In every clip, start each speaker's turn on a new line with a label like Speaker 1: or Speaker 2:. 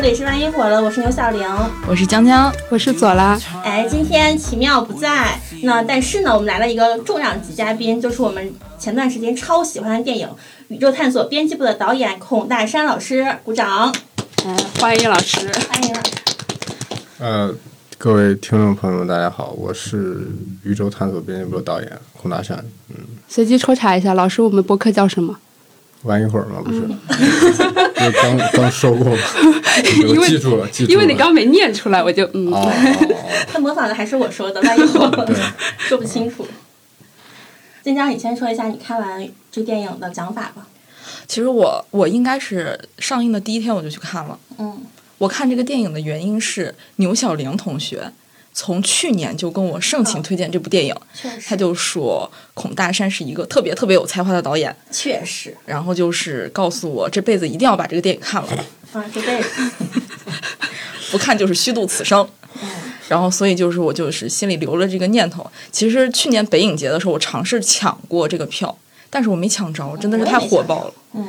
Speaker 1: 里是万一火了，我是牛小玲。
Speaker 2: 我是江江，
Speaker 3: 我是左拉，
Speaker 1: 哎，今天奇妙不在，那但是呢，我们来了一个重量级嘉宾，就是我们前段时间超喜欢的电影《宇宙探索》编辑部的导演孔大山老师，鼓掌，
Speaker 3: 嗯，欢迎老师。
Speaker 1: 欢迎。
Speaker 4: 呃，各位听众朋友们，大家好，我是宇宙探索编辑部的导演孔嗯大山。
Speaker 3: 随机抽查一下，老师，我们博客叫什么？
Speaker 4: 玩一会儿吗？不是， 就刚刚说过 吗？
Speaker 3: 嗯因
Speaker 4: 我
Speaker 3: 为
Speaker 4: 记住了，记住了。
Speaker 3: 因为你刚没念出来，我就嗯，
Speaker 4: 哦哦
Speaker 1: 他模仿的还是我说的，万一
Speaker 4: 哦，
Speaker 1: 我
Speaker 4: 对，
Speaker 1: 说不清楚。金江，你先说一下你看完这电影的讲法吧。
Speaker 2: 其实我我应该是上映的第一天我就去看了。
Speaker 1: 嗯，
Speaker 2: 我看这个电影的原因是牛小玲同学从去年就跟我盛情推荐这部电影，
Speaker 1: 确实，
Speaker 2: 他就说孔大山是一个特别特别有才华的导演，
Speaker 1: 确实
Speaker 2: 然后就是告诉我这辈子一定要把这个电影看了，
Speaker 1: 啊，这辈子
Speaker 2: 不看就是虚度此生。然后，所以就是我就是心里留了这个念头。其实去年北影节的时候，我尝试抢过这个票，但是我没抢着，真的是太火爆了。
Speaker 1: 嗯，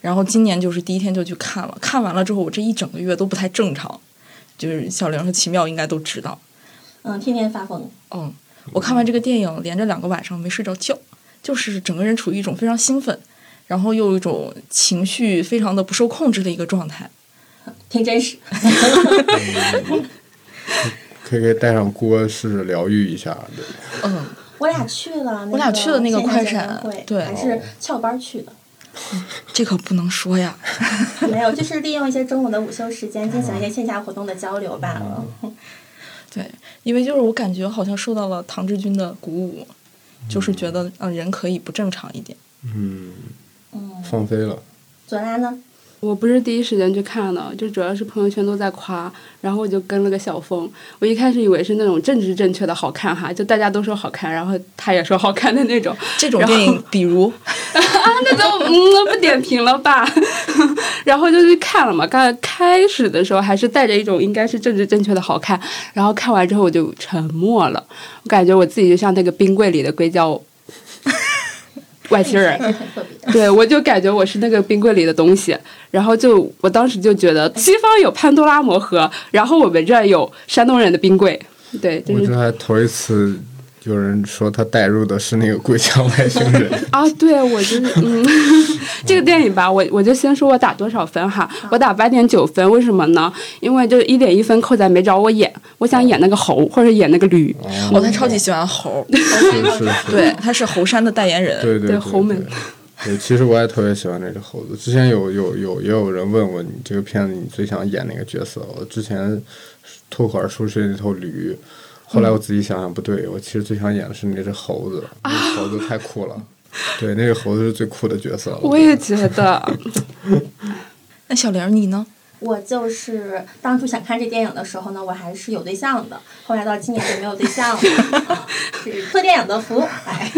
Speaker 2: 然后今年就是第一天就去看了，看完了之后，我这一整个月都不太正常，就是小玲和奇妙应该都知道。
Speaker 1: 嗯，天天发疯。
Speaker 2: 嗯，我看完这个电影，连着两个晚上没睡着觉，就是整个人处于一种非常兴奋，然后又有一种情绪非常的不受控制的一个状态。
Speaker 1: 挺真实，
Speaker 4: 可以给带上锅试着疗愈一下。对，
Speaker 2: 嗯，
Speaker 1: 我俩去了，
Speaker 2: 我俩去的那个快闪
Speaker 1: 会，
Speaker 2: 对
Speaker 1: 还是翘班去 的，
Speaker 2: 这可不能说呀。
Speaker 1: 没有，就是利用一些中午的午休时间进行一些线下活动的交流罢
Speaker 2: 嗯
Speaker 1: 了。
Speaker 2: 对，因为就是我感觉好像受到了唐志军的鼓舞，就是觉得嗯人可以不正常一点。
Speaker 4: 嗯，
Speaker 1: 嗯，
Speaker 4: 放飞了。
Speaker 1: 左拉呢？
Speaker 3: 我不是第一时间去看的，就主要是朋友圈都在夸，然后我就跟了个小风。我一开始以为是那种政治正确的好看哈，就大家都说好看，然后他也说好看的那种，
Speaker 2: 这种
Speaker 3: 然后
Speaker 2: 电影，比 如
Speaker 3: 那就嗯，那不点评了吧。 然后就去看了嘛，刚开始的时候还是带着一种应该是政治正确的好看，然后看完之后我就沉默了，我感觉我自己就像那个冰柜里的硅胶外星人。
Speaker 1: 很特别的。
Speaker 3: 对，我就感觉我是那个冰柜里的东西，然后就我当时就觉得西方有潘多拉魔盒，然后我们这儿有山东人的冰柜，对，就
Speaker 4: 我这
Speaker 3: 是
Speaker 4: 还头一次有人说他带入的是那个桂江外星 人。
Speaker 3: 啊，对我就是嗯， 这个电影吧，我我就先说我打多少分哈，我打八点九分，为什么呢？因为就是一点一分扣在没找我演，我想演那个猴或者演那个驴，
Speaker 4: 哦，
Speaker 2: 哦，他超级喜 欢猴，
Speaker 4: 是是是，
Speaker 2: 对，他是猴山的代言人。
Speaker 4: 对对
Speaker 3: 呃对猴们
Speaker 4: 对对，其实我也特别喜欢那只猴子。之前有有有也有人问我，你这个片子你最想演哪个角色？我之前脱口而出是那头驴，后来
Speaker 3: 嗯
Speaker 4: 我仔细想想不对，我其实最想演的是那只猴子，那只猴子太酷 了。对，那只猴子是最酷的角色了。
Speaker 3: 我也觉得，
Speaker 2: 那小玲儿你呢？
Speaker 1: 我就是当初想看这电影的时候呢，我还是有对象的，后来到今年就没有对象了， 啊是托电影的福。哎，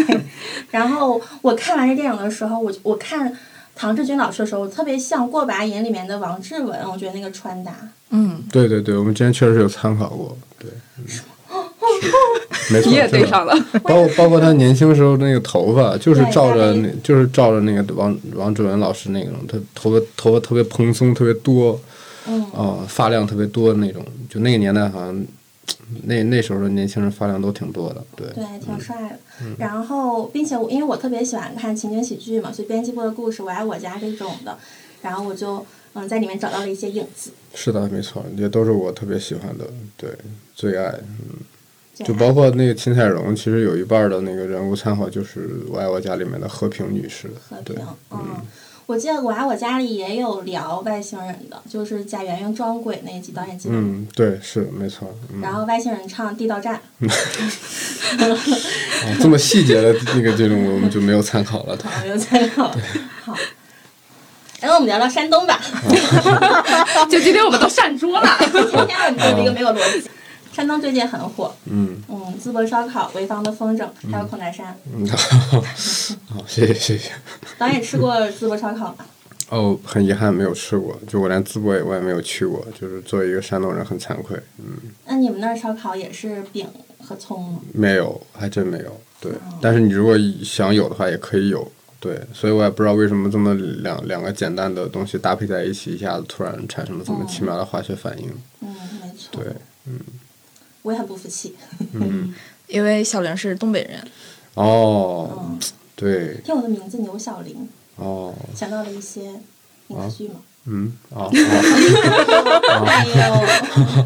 Speaker 1: 然后我看完这电影的时候，我我看唐志军老师的时候，我特别像《过把瘾》里面的王志文，我觉得那个穿搭。
Speaker 2: 嗯，
Speaker 4: 对对对，我们之前确实有参考过。对，嗯 是没错，
Speaker 3: 你也
Speaker 4: 真
Speaker 3: 对
Speaker 4: 的
Speaker 3: 上 了，
Speaker 4: 包 括包括他年轻时候那个头发，就是
Speaker 1: 对
Speaker 4: 照着
Speaker 1: 大
Speaker 4: 那，就是照着那个王王志文老师那种，他头发头发特别蓬松，特别多，
Speaker 1: 嗯，
Speaker 4: 啊、发量特别多的那种。就那个年代，好像那那时候的年轻人发量都挺多的，对。
Speaker 1: 对，挺帅的。
Speaker 4: 嗯
Speaker 1: 然后，并且我因为我特别喜欢看情景喜剧嘛，所以编辑部的故事、我爱我家这种的，然后我就嗯在里面找到了一些影子。
Speaker 4: 是的，没错，也都是我特别喜欢的，对，最爱。
Speaker 1: 这
Speaker 4: 就
Speaker 1: 样
Speaker 4: 包括那个秦彩荣，其实有一半的那个人物参考就是《我爱我家》里面的和平女士，
Speaker 1: 和
Speaker 4: 对
Speaker 1: 平，，嗯。我记得我来我家里也有聊外星人的，就是贾圆圆装鬼那一集，导演记得吗？
Speaker 4: 嗯，对，是没错，嗯，
Speaker 1: 然后外星人唱《地道战》，
Speaker 4: 哦这么细节的那个这种我们就没有参考 了，
Speaker 1: 我没有参考。好，然后我们聊聊山东 吧。
Speaker 3: 就今天我们都上桌了。
Speaker 1: 今天我们就是一个没有逻辑。山东最近很火，
Speaker 4: 嗯。
Speaker 1: 嗯，淄博烧烤、潍坊的风筝，还有孔大山。
Speaker 4: 嗯， 好，好，谢谢谢谢。
Speaker 1: 导演吃过淄博烧烤吗？
Speaker 4: 哦，很遗憾没有吃过，就我连淄博也我也没有去过，就是作为一个山东人很惭愧，嗯，
Speaker 1: 那你们那儿烧烤也是饼和葱吗？
Speaker 4: 没有，还真没有。对，但是你如果想有的话，也可以有。对，所以我也不知道为什么这么两两个简单的东西搭配在一起，一下子突然产生了这么奇妙的化学反应。
Speaker 1: 嗯，没错。
Speaker 4: 对，嗯，
Speaker 1: 我也很不服气。
Speaker 4: 嗯，
Speaker 2: 因为小玲是东北人，
Speaker 4: 哦
Speaker 1: 嗯，，
Speaker 4: 对，
Speaker 1: 听我的名字牛小玲，
Speaker 4: 哦，
Speaker 1: 想到了一些影视剧嘛。
Speaker 4: 嗯，哦，哦
Speaker 1: 哎 呦，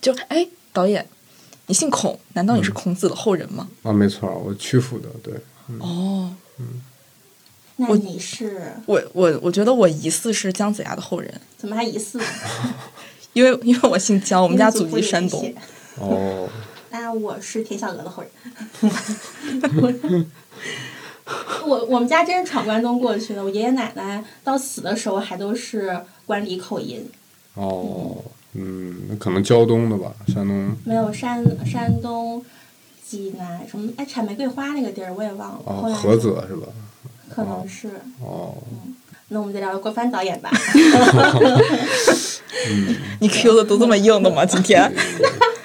Speaker 2: 就哎，导演，你姓孔，难道你是孔子的后人吗？
Speaker 4: 啊，没错，我曲阜的，对，
Speaker 2: 哦，
Speaker 1: 那
Speaker 2: 我
Speaker 1: 你是
Speaker 2: 我我我觉得我疑似是姜子牙的后人，
Speaker 1: 怎么还疑似呢？
Speaker 2: 因为因为我姓姜，我
Speaker 1: 我
Speaker 2: 们家祖籍山东。
Speaker 4: 哦，
Speaker 1: 那我是田小娥的后 人。我我我们家真是闯关东过去的，我爷爷奶奶到死的时候还都是关里口音，
Speaker 4: 哦，嗯，那可能胶东的吧，山东，
Speaker 1: 没有山山东、济南什么哎产玫瑰花那个地儿我也忘了，后
Speaker 4: 哦，
Speaker 1: 来
Speaker 4: 菏泽是吧？
Speaker 1: 可能是。
Speaker 4: 哦，
Speaker 1: 那我们再聊聊郭帆导演 吧。
Speaker 2: 你 Q 的都这么硬的 吗？今天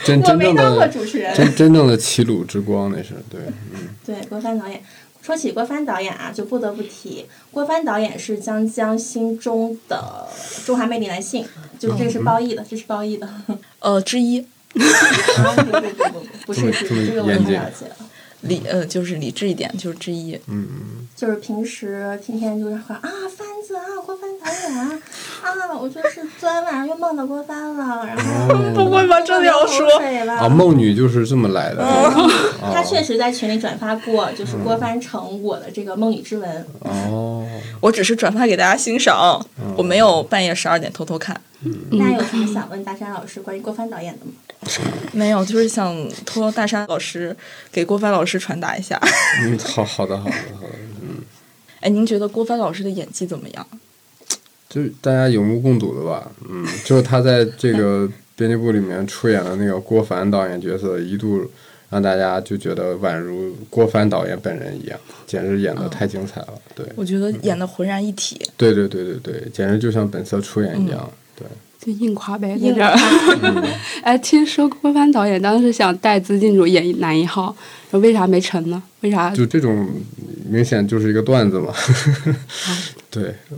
Speaker 4: 真
Speaker 1: 我
Speaker 4: 真
Speaker 1: 没
Speaker 4: 正
Speaker 1: 当过
Speaker 4: 的
Speaker 1: 主持人。
Speaker 4: 真真正的齐鲁之光，那是对，嗯，
Speaker 1: 对，郭帆导演。说起郭帆导演啊，就不得不提郭帆导演是江江心中的中华魅力男性，就是这个
Speaker 4: 嗯
Speaker 1: 是褒义的，这是褒义 的。
Speaker 2: 呃之一
Speaker 1: 啊不不不不不，不是不是，这个我太了解了。
Speaker 2: 理呃就是理智一点就是之一，
Speaker 1: 就是平时天天就是喊啊番子啊郭帆导演啊啊，我就是昨天晚上又梦到郭帆了，然后
Speaker 4: 哦
Speaker 2: 不 会吧？真的要说
Speaker 1: 流 口水了
Speaker 4: 啊，梦女就是这么来
Speaker 1: 嗯
Speaker 4: 的，哦
Speaker 1: 他确实在群里转发过，就是郭帆成我的这个梦女之吻，
Speaker 4: 哦，
Speaker 2: 我只是转发给大家欣赏，我没有半夜十二点偷偷看，
Speaker 4: 嗯
Speaker 1: 那有什么想问大山老师关于郭帆导演的吗？
Speaker 2: 没有，就是想托大山老师给郭帆老师传达一下。
Speaker 4: 嗯，好好的好的好的，嗯，
Speaker 2: 哎，您觉得郭帆老师的演技怎么样？
Speaker 4: 就是大家有目共睹的吧，嗯，就是他在 这个编辑部里面出演的那个郭帆导演角色，一度让大家就觉得宛如郭帆导演本人一样，简直演的太精彩了，对，
Speaker 1: 嗯
Speaker 2: 我觉得演的浑然一体。
Speaker 4: 对对对对对，简直就像本色出演
Speaker 1: 嗯
Speaker 4: 一样，对，
Speaker 3: 就硬夸呗，在这儿。哎，听说郭帆导演当时想带资进组演男一号，说为啥没成呢？为啥？
Speaker 4: 就这种明显就是一个段子嘛， 对，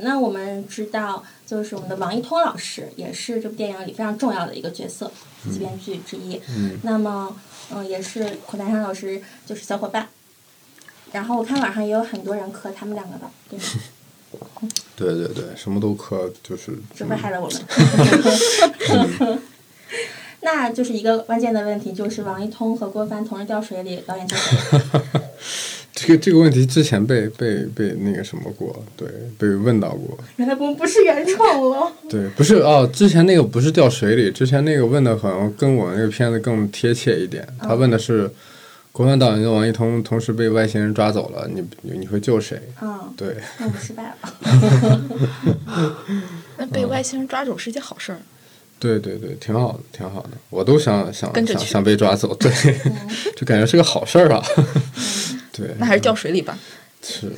Speaker 1: 那我们知道，就是我们的王一通老师也是这部电影里非常重要的一个角色，以及编剧之一。
Speaker 4: 嗯
Speaker 1: 那么，嗯、也是孔丹山老师就是小伙伴。然后我看网上也有很多人磕他们两个吧，对吗？
Speaker 4: 对对对，什么都磕，就是
Speaker 1: 这不是害了我们？ 那就是一个关键的问题，就是王一通和郭帆同时掉水里，导演叫谁？
Speaker 4: 这个这个问题之前被被被那个什么过，对，被问到过，
Speaker 1: 原来我们不是原创了。
Speaker 4: 对，不是哦，之前那个不是掉水里，之前那个问的好像跟我那个片子更贴切一点，
Speaker 2: 哦
Speaker 4: 他问的是。国漫导演跟王一通同时被外星人抓走了，你你会救谁？
Speaker 2: 哦
Speaker 1: 嗯，
Speaker 4: 对，
Speaker 1: 那我们失败了。
Speaker 2: 那被
Speaker 4: 嗯
Speaker 2: 外星人抓走是件好事儿。
Speaker 4: 对对对，挺好的，挺好的，我都想想
Speaker 2: 跟着
Speaker 4: 想
Speaker 2: 去嗯
Speaker 4: 想被抓走，对， 就感觉是个好事儿啊。对，
Speaker 2: 那还是掉水里吧。
Speaker 4: 是，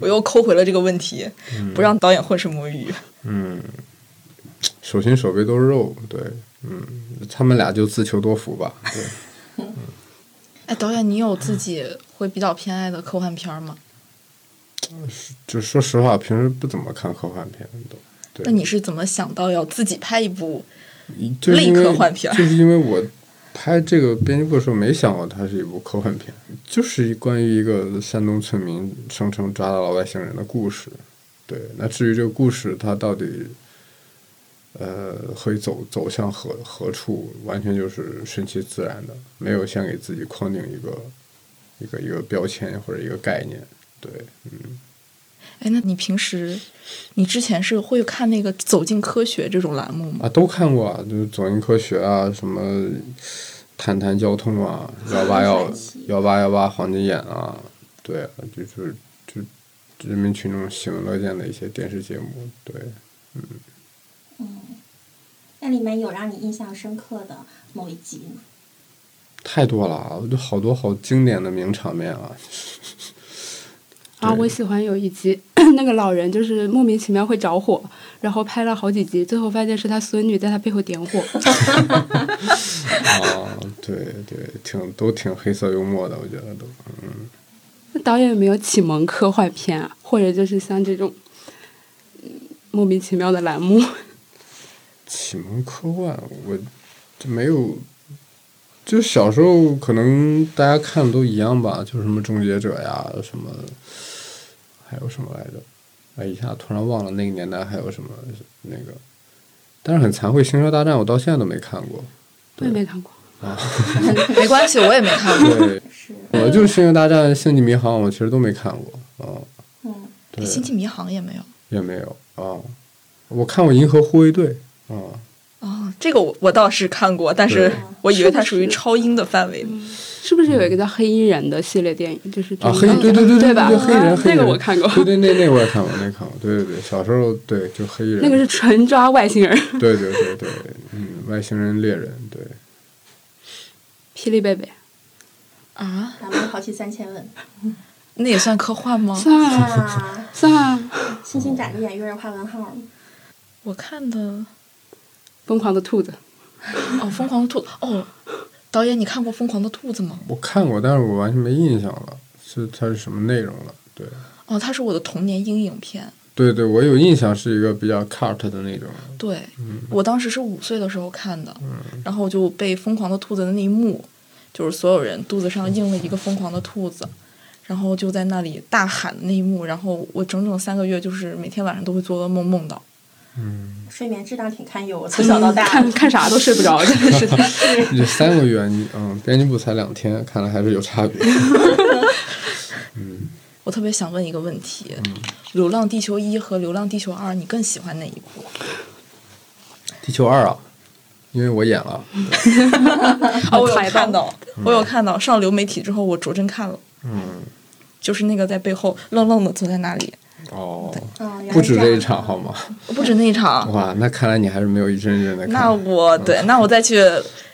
Speaker 2: 我又抠回了这个问题，不让导演浑水摸鱼。
Speaker 4: 嗯，手心手背都是肉，对，嗯，他们俩就自求多福吧，对，
Speaker 2: 哎，导演，你有自己会比较偏爱的科幻片儿吗？
Speaker 4: 就说实话，平时不怎么看科幻片都。对
Speaker 2: 那你是怎么想到要自己拍一部？
Speaker 4: 就是因为
Speaker 2: 类科幻片儿
Speaker 4: 就是因为我拍这个编辑部的时候没想过它是一部科幻片，就是一关于一个山东村民声称抓到了外星人的故事。对，那至于这个故事它到底呃会走走向何何处，完全就是顺其自然的，没有先给自己框定一个一个一个标签或者一个概念。对，嗯，
Speaker 2: 哎，那你平时，你之前是会看那个《走进科学》这种栏目吗？
Speaker 4: 啊，都看过啊，就是走进科学啊，什么谈谈交通啊，幺八幺幺八幺八黄金眼啊，对啊，就是就人民群众喜闻乐见的一些电视节目，对，
Speaker 1: 嗯那里面有让你印象深刻的某一集吗？
Speaker 4: 太多了啊，就好多好经典的名场面啊，
Speaker 3: 啊，
Speaker 4: 对
Speaker 3: 我喜欢有一集， 那个老人就是莫名其妙会着火，然后拍了好几集，最后发现是他孙女在他背后点火。
Speaker 4: 啊，对对，挺都挺黑色幽默的，我觉得都，嗯，
Speaker 3: 那导演有没有启蒙科幻片啊？或者就是像这种嗯莫名其妙的栏目？
Speaker 4: 启蒙科幻，我这没有，就小时候可能大家看的都一样吧，就是什么《终结者》呀，什么还有什么来着？哎，一下突然忘了那个年代还有什么那个，但是很惭愧，《星球大战》我到现在都没看过。
Speaker 3: 我也没看过。
Speaker 2: 没关系，我也没看 过。
Speaker 4: 对，
Speaker 1: 是，
Speaker 4: 我就是《星球大战》《星际迷航》，我其实都没看过啊。
Speaker 1: 嗯，
Speaker 4: 对，
Speaker 2: 哎星际迷航也没有。
Speaker 4: 也没有啊。我看过《银河护卫队》 啊，
Speaker 2: 哦，这个我我倒是看过，但是
Speaker 4: 对
Speaker 2: 我以为它属于超英的范围。
Speaker 3: 是不是有一个叫《黑衣人》的系列电影？就是
Speaker 4: 啊，
Speaker 3: 中
Speaker 4: 黑
Speaker 3: 国
Speaker 4: 对对对
Speaker 3: 对吧
Speaker 4: 对，黑人
Speaker 3: 啊
Speaker 4: 黑人
Speaker 3: 那个我看过
Speaker 4: 对对那那我也看过，那个看过，对对对，小时候对就黑人，
Speaker 3: 那个是纯抓外星人，
Speaker 4: 对对对对，嗯，外星人猎人，对，
Speaker 3: 霹雳贝贝
Speaker 2: 啊，
Speaker 1: 咱们豪气三千问。
Speaker 2: 那也算科幻吗？
Speaker 3: 算啊
Speaker 1: 啊，
Speaker 3: 算啊，
Speaker 1: 星星展的演月人画问号，
Speaker 2: 我看的哦，
Speaker 3: 疯狂的兔子
Speaker 2: 《疯狂的兔》子》哦，导演，你看过《疯狂的兔子》吗？
Speaker 4: 我看过，但是我完全没印象了，是它是什么内容了？对
Speaker 2: 哦，它是我的童年阴影片。
Speaker 4: 对对，我有印象是一个比较 cult 的那种，
Speaker 2: 对，
Speaker 4: 嗯
Speaker 2: 我当时是五岁的时候看的，然后我就被《疯狂的兔子》的那一幕，就是所有人肚子上印了一个疯狂的兔子，然后就在那里大喊的那一幕，然后我整整三个月就是每天晚上都会做噩梦，梦到
Speaker 4: 嗯，
Speaker 1: 睡眠质量挺堪忧，我从小到大。
Speaker 3: 嗯看看啥都睡不着，真的是。
Speaker 4: 这三个月你嗯，编辑部才两天，看来还是有差别。 嗯，
Speaker 2: 我特别想问一个问题：流浪地球一》和《流浪地球二》，你更喜欢哪一部？
Speaker 4: 地球二啊，因为我演了，
Speaker 2: 哦，我有
Speaker 3: 海报
Speaker 2: 看到，我有看到。上流媒体之后，我着真看了，
Speaker 4: 嗯，
Speaker 2: 就是那个在背后愣愣的坐在那里，
Speaker 4: 哦，
Speaker 1: 嗯，原来
Speaker 4: 不止
Speaker 1: 样
Speaker 4: 这一场好吗？
Speaker 2: 不止那一场。
Speaker 4: 哇，那看来你还是没有一帧一帧的看。
Speaker 2: 那我对，那我再去，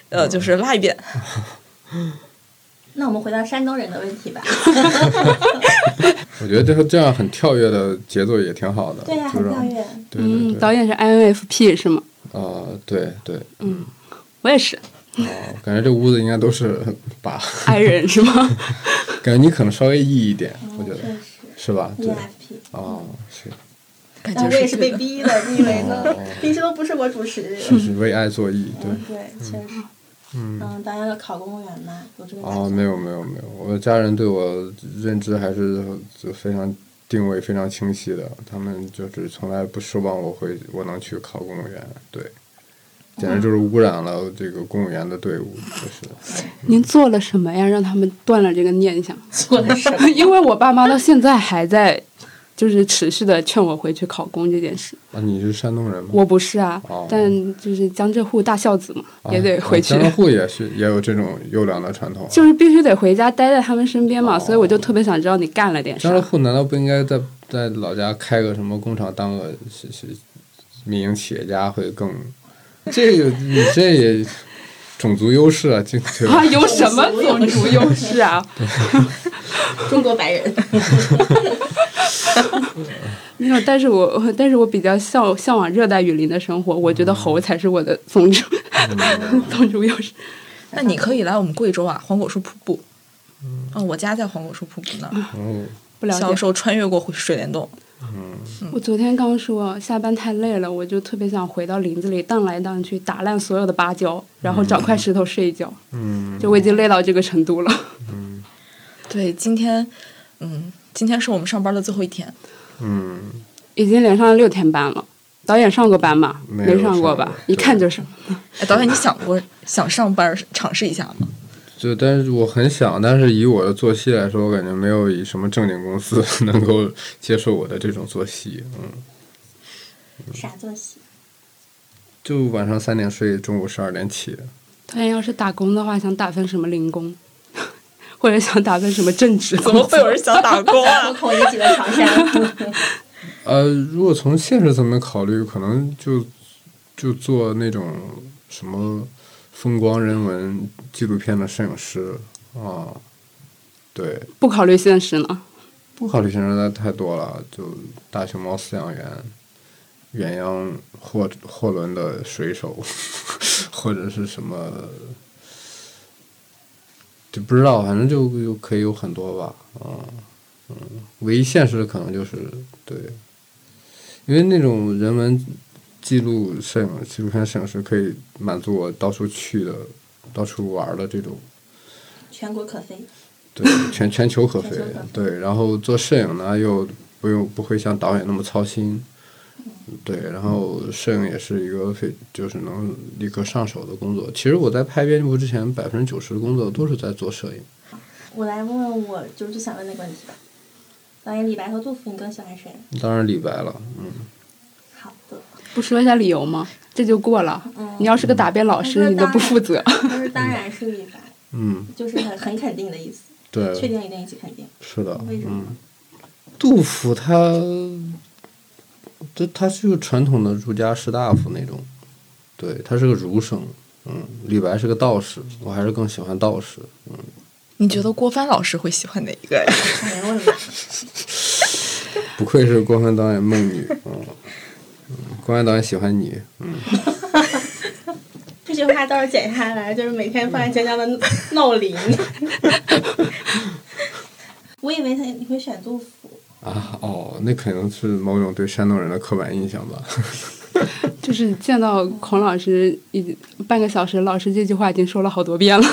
Speaker 2: 呃，就是拉一遍。
Speaker 1: 那我们回到山东人的问题 吧。
Speaker 4: 我觉得这这样很跳跃的节奏也挺好的，
Speaker 1: 对呀、
Speaker 4: 就
Speaker 1: 很
Speaker 4: 让
Speaker 1: 跳跃。
Speaker 4: 对对
Speaker 3: 嗯，
Speaker 4: 对，
Speaker 3: 导演是 INFP 是吗？
Speaker 4: 啊、对对，
Speaker 3: 嗯，我也是
Speaker 4: 哦，感觉这屋子应该都是 把，
Speaker 3: i 人是吗？
Speaker 4: 感觉你可能稍微 E 一点，
Speaker 3: 嗯
Speaker 4: 我觉
Speaker 1: 嗯确
Speaker 4: 得
Speaker 1: 实 E
Speaker 4: 是吧？对，
Speaker 1: ，ENFP。
Speaker 4: 哦， 是，
Speaker 2: 感
Speaker 1: 但
Speaker 2: 觉
Speaker 1: 我也是
Speaker 2: 对
Speaker 1: 被
Speaker 2: 的。
Speaker 1: 逼的，你以为呢
Speaker 4: 哦？
Speaker 1: 平时都不是我主持。
Speaker 4: 就是为爱作义，对，
Speaker 1: 嗯，对，确实。
Speaker 4: 嗯，
Speaker 1: 嗯，导演要考公务员吗？有这个打
Speaker 4: 哦，
Speaker 1: 算
Speaker 4: 没有没有没有，我家人对我认知还是就非常定位非常清晰的，他们就是从来不奢望我会我能去考公务员，对，
Speaker 3: 嗯
Speaker 4: 简直就是污染了这个公务员的队伍，就是。
Speaker 3: 您做了什么呀，让他们断了这个念想？
Speaker 1: 做的事。
Speaker 4: 嗯
Speaker 3: 因为我爸妈到现在还在，就是持续的劝我回去考公这件事。
Speaker 4: 啊，你是山东人吗？
Speaker 3: 我不是啊，
Speaker 4: 哦
Speaker 3: 但就是江浙沪大孝子嘛，
Speaker 4: 啊
Speaker 3: 也得回去，
Speaker 4: 江浙沪也是也有这种优良的传统啊。
Speaker 3: 就是必须得回家待在他们身边嘛。
Speaker 4: 哦
Speaker 3: 所以我就特别想知道你干了点啥
Speaker 4: 江浙。沪难道不应该在在老家开个什么工厂，当个是是民营企业家会更？这个你这也种族优势啊，这对吧
Speaker 3: 啊，？有什么种族优势 啊？
Speaker 1: 中国白人，
Speaker 3: 没有，但是我但是我比较向向往热带雨林的生活，我觉得猴才是我的种族、
Speaker 4: 嗯
Speaker 3: 种族优势。
Speaker 2: 那你可以来我们贵州啊，黄果树瀑布。哦，我家在黄果树瀑布那儿，
Speaker 4: 嗯，
Speaker 3: 不了
Speaker 2: 小
Speaker 3: 解
Speaker 2: 时，候穿越过水帘洞。
Speaker 3: 我昨天刚说下班太累了，我就特别想回到林子里荡来荡去，打烂所有的芭蕉，然后找块石头睡一觉。
Speaker 4: 嗯，
Speaker 3: 就我已经累到这个程度了。
Speaker 2: 对，今天，嗯，今天是我们上班的最后一天。
Speaker 4: 嗯，
Speaker 3: 已经连上了六天班了。导演上过班吗？
Speaker 4: 没
Speaker 3: 没
Speaker 4: 有
Speaker 3: 上
Speaker 4: 上
Speaker 3: 吧
Speaker 4: 过？
Speaker 3: 一
Speaker 4: 对
Speaker 3: 看就是。
Speaker 2: 哎，导演，你想过想上班尝试一下吗？
Speaker 4: 就但是我很想，但是以我的作息来说，我感觉没有以什么正经公司 能够接受我的这种作息。嗯，
Speaker 1: 啥作息？
Speaker 4: 就晚上三点睡，中午十二点起。
Speaker 3: 导演要是打工的话，想打份什么零工， 或者想打份什么正职？
Speaker 2: 怎么会有人想打工
Speaker 1: 我
Speaker 2: 啊？
Speaker 1: 口音挤的长沙。
Speaker 4: 呃，如果从现实层面考虑，可能就就做那种什么风光人文纪录片的摄影师啊，对，
Speaker 3: 不考虑现实呢？
Speaker 4: 不考虑现实的太多了，就大熊猫饲养员、远洋货货轮的水手， 或者是什么，就不知道，反正就就可以有很多吧，啊，唯一现实的可能就是对，因为那种人文记录摄影、纪录片摄影师可以满足我到处去的、到处玩的这种，
Speaker 1: 全国可飞。
Speaker 4: 对，全全球可飞
Speaker 1: 全球可飞。
Speaker 4: 对，然后做摄影呢又不用不会像导演那么操心。
Speaker 1: 嗯
Speaker 4: 对，然后摄影也是一个非就是能立刻上手的工作。其实我在拍编辑部之前，百分之九十的工作都是在做摄影。
Speaker 1: 我来问问我就是最想问那个问题吧。导演李白和杜甫，你更喜欢谁？
Speaker 4: 当然李白了，嗯，
Speaker 1: 好的，
Speaker 3: 不说一下理由吗？这就过了。
Speaker 1: 嗯
Speaker 3: 你要是个答辩老师，
Speaker 1: 嗯
Speaker 3: 你都不负责。
Speaker 1: 就是当然是李白，
Speaker 4: 嗯，
Speaker 1: 就是很很肯定的意思，
Speaker 4: 对，
Speaker 1: 确定一定一起肯定。
Speaker 4: 是的，
Speaker 1: 为什么
Speaker 4: 嗯，杜甫他，这他是个传统的儒家士大夫那种，对他是个儒生，嗯，李白是个道士，我还是更喜欢道士，嗯，
Speaker 2: 你觉得郭帆老师会喜欢哪一个呀？
Speaker 1: 没问题。
Speaker 4: 不愧是郭帆导演梦女，嗯，嗯郭帆导演喜欢你，嗯，
Speaker 1: 这句话到时候剪下来，就是每天放在江江的闹铃。我以为他你会选杜甫，
Speaker 4: 啊，哦，那可能是某种对山东人的刻板印象吧，
Speaker 3: 就是见到孔老师已经半个小时，老师这句话已经说了好多遍了。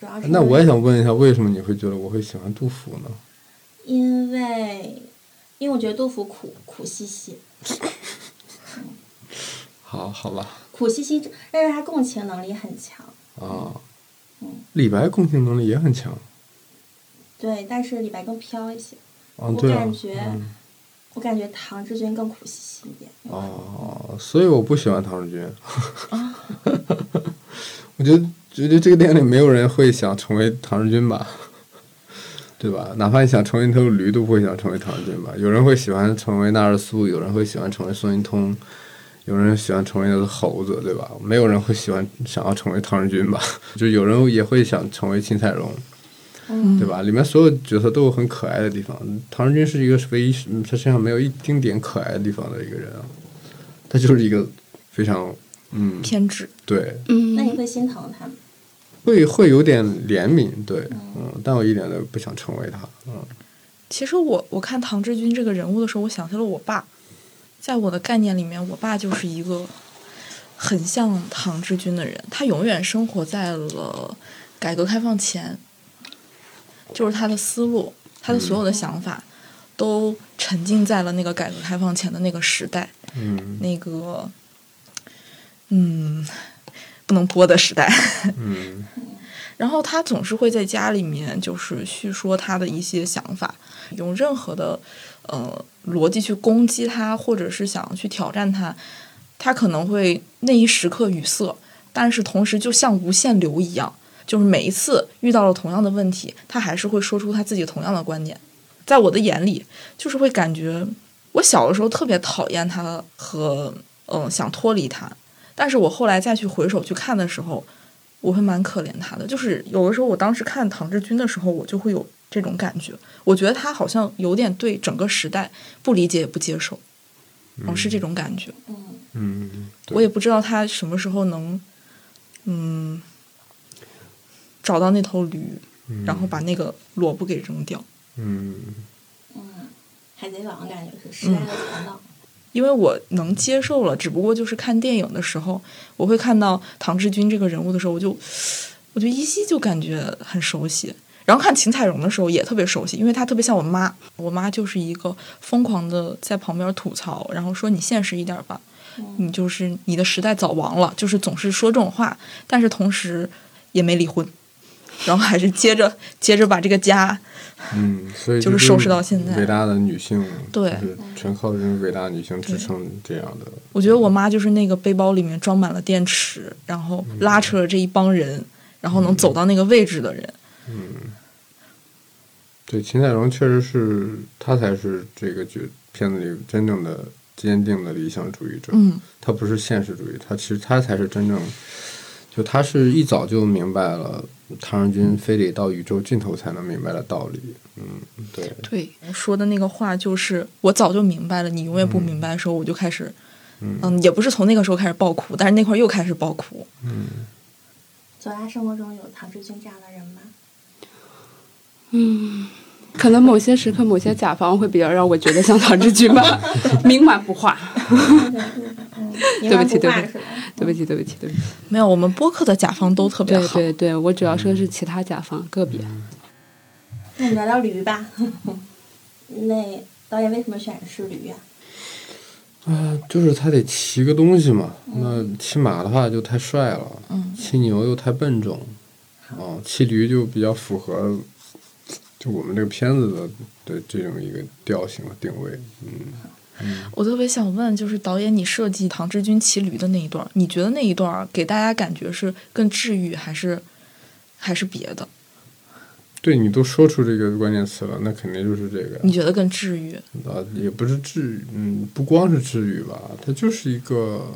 Speaker 1: 主要是
Speaker 4: 那我也想问一下，为什么你会觉得我会喜欢杜甫呢？
Speaker 1: 因为因为我觉得杜甫苦苦兮兮，
Speaker 4: 好好吧，
Speaker 1: 苦兮兮，但是他共情能力很强。
Speaker 4: 啊，李白共情能力也很强，
Speaker 1: 对，但是李白更飘一些，
Speaker 4: 啊，
Speaker 1: 我
Speaker 4: 对啊，
Speaker 1: 感觉
Speaker 4: 嗯
Speaker 1: 我感觉唐志军更苦兮兮一点。
Speaker 4: 哦，所以我不喜欢唐志军。 我觉得，觉得这个电影里没有人会想成为唐志军吧，对吧？哪怕你想成为一头驴，都不会想成为唐志军吧？有人会喜欢成为纳尔苏，有人会喜欢成为孙云通，有人喜欢成为那个猴子，对吧？没有人会喜欢想要成为唐志军吧？就有人也会想成为秦彩荣。
Speaker 1: 嗯
Speaker 4: 对吧？里面所有角色都有很可爱的地方。唐人君是一个唯一嗯他身上没有一丁点可爱的地方的一个人啊，他就是一个非常嗯，
Speaker 2: 偏执。
Speaker 4: 对，
Speaker 1: 那
Speaker 3: 嗯
Speaker 1: 你，会心疼他吗？
Speaker 4: 会会有点怜悯，对，嗯，但我一点都不想成为他，嗯，
Speaker 2: 其实我我看唐志军这个人物的时候，我想起了我爸。在我的概念里面，我爸就是一个很像唐志军的人，他永远生活在了改革开放前，就是他的思路，他的所有的想法都沉浸在了那个改革开放前的那个时代，
Speaker 4: 嗯
Speaker 2: 那个嗯不能播的时代。
Speaker 4: 嗯
Speaker 2: 然后他总是会在家里面就是叙说他的一些想法，用任何的呃逻辑去攻击他，或者是想去挑战他，他可能会那一时刻语塞，但是同时就像无限流一样，就是每一次遇到了同样的问题，他还是会说出他自己同样的观点。在我的眼里，就是会感觉我小的时候特别讨厌他和嗯、呃想脱离他，但是我后来再去回首去看的时候，我会蛮可怜他的。就是有的时候，我当时看唐志军的时候，我就会有这种感觉，我觉得他好像有点对整个时代不理解也不接受，嗯，是这种感觉。
Speaker 1: 嗯，
Speaker 4: 嗯，对
Speaker 2: 我也不知道他什么时候能，嗯，找到那头驴，然后把那个萝卜给扔掉。
Speaker 4: 嗯
Speaker 1: 海贼王感觉是时代的前浪。
Speaker 2: 因为我能接受了，只不过就是看电影的时候，我会看到唐志军这个人物的时候，我就我就依稀就感觉很熟悉。然后看秦彩荣的时候也特别熟悉，因为她特别像我妈，我妈就是一个疯狂的在旁边吐槽，然后说你现实一点吧，你就是你的时代早亡了，就是总是说这种话，但是同时也没离婚，然后还是接着接着把这个家
Speaker 4: 嗯，所以
Speaker 2: 就
Speaker 4: 这
Speaker 2: 是收拾到现在
Speaker 4: 伟大的女性，
Speaker 2: 对
Speaker 4: 就是全靠这种伟大女性支撑这样的，
Speaker 2: 我觉得我妈就是那个背包里面装满了电池，然后拉扯了这一帮人，然后能走到那个位置的人。
Speaker 4: 对，秦彩荣确实是他才是这个剧片子里真正的坚定的理想主义者。
Speaker 2: 嗯，
Speaker 4: 他不是现实主义，他其实他才是真正，就他是一早就明白了唐人
Speaker 2: 嗯
Speaker 4: 军非得到宇宙尽头才能明白的道理。嗯，对，
Speaker 2: 对，嗯说的那个话就是我早就明白了，你永远不明白的时候，我就开始，嗯也不是从那个时候开始爆哭，但是那块儿又开始爆哭。
Speaker 1: 左拉生活中有唐志军这样的人吗？
Speaker 3: 嗯，可能某些时刻，某些甲方会比较让我觉得像纺织 局吧，冥顽不化。对不起，对不起，对不起，对不起，对不起。
Speaker 2: 没有，我们播客的甲方都特别
Speaker 3: 对
Speaker 2: 好。
Speaker 3: 对对，我主要说的是其他甲方个别。
Speaker 1: 那我们聊聊驴吧。 那导演为什么选的是 驴呀、
Speaker 4: 啊，就是他得骑个东西嘛。那
Speaker 2: 嗯
Speaker 4: 骑马的话就太帅了，骑牛又太笨重，哦，骑驴就比较符合就我们这个片子的的这种一个调性和定位。嗯，
Speaker 2: 我特别想问，就是导演，你设计唐志军骑驴的那一段儿，你觉得那一段儿给大家感觉是更治愈，还是还是别的？
Speaker 4: 对你都说出这个关键词了，那肯定就是这个。
Speaker 2: 你觉得更治愈？
Speaker 4: 啊，也不是治愈，嗯，不光是治愈吧，它就是一个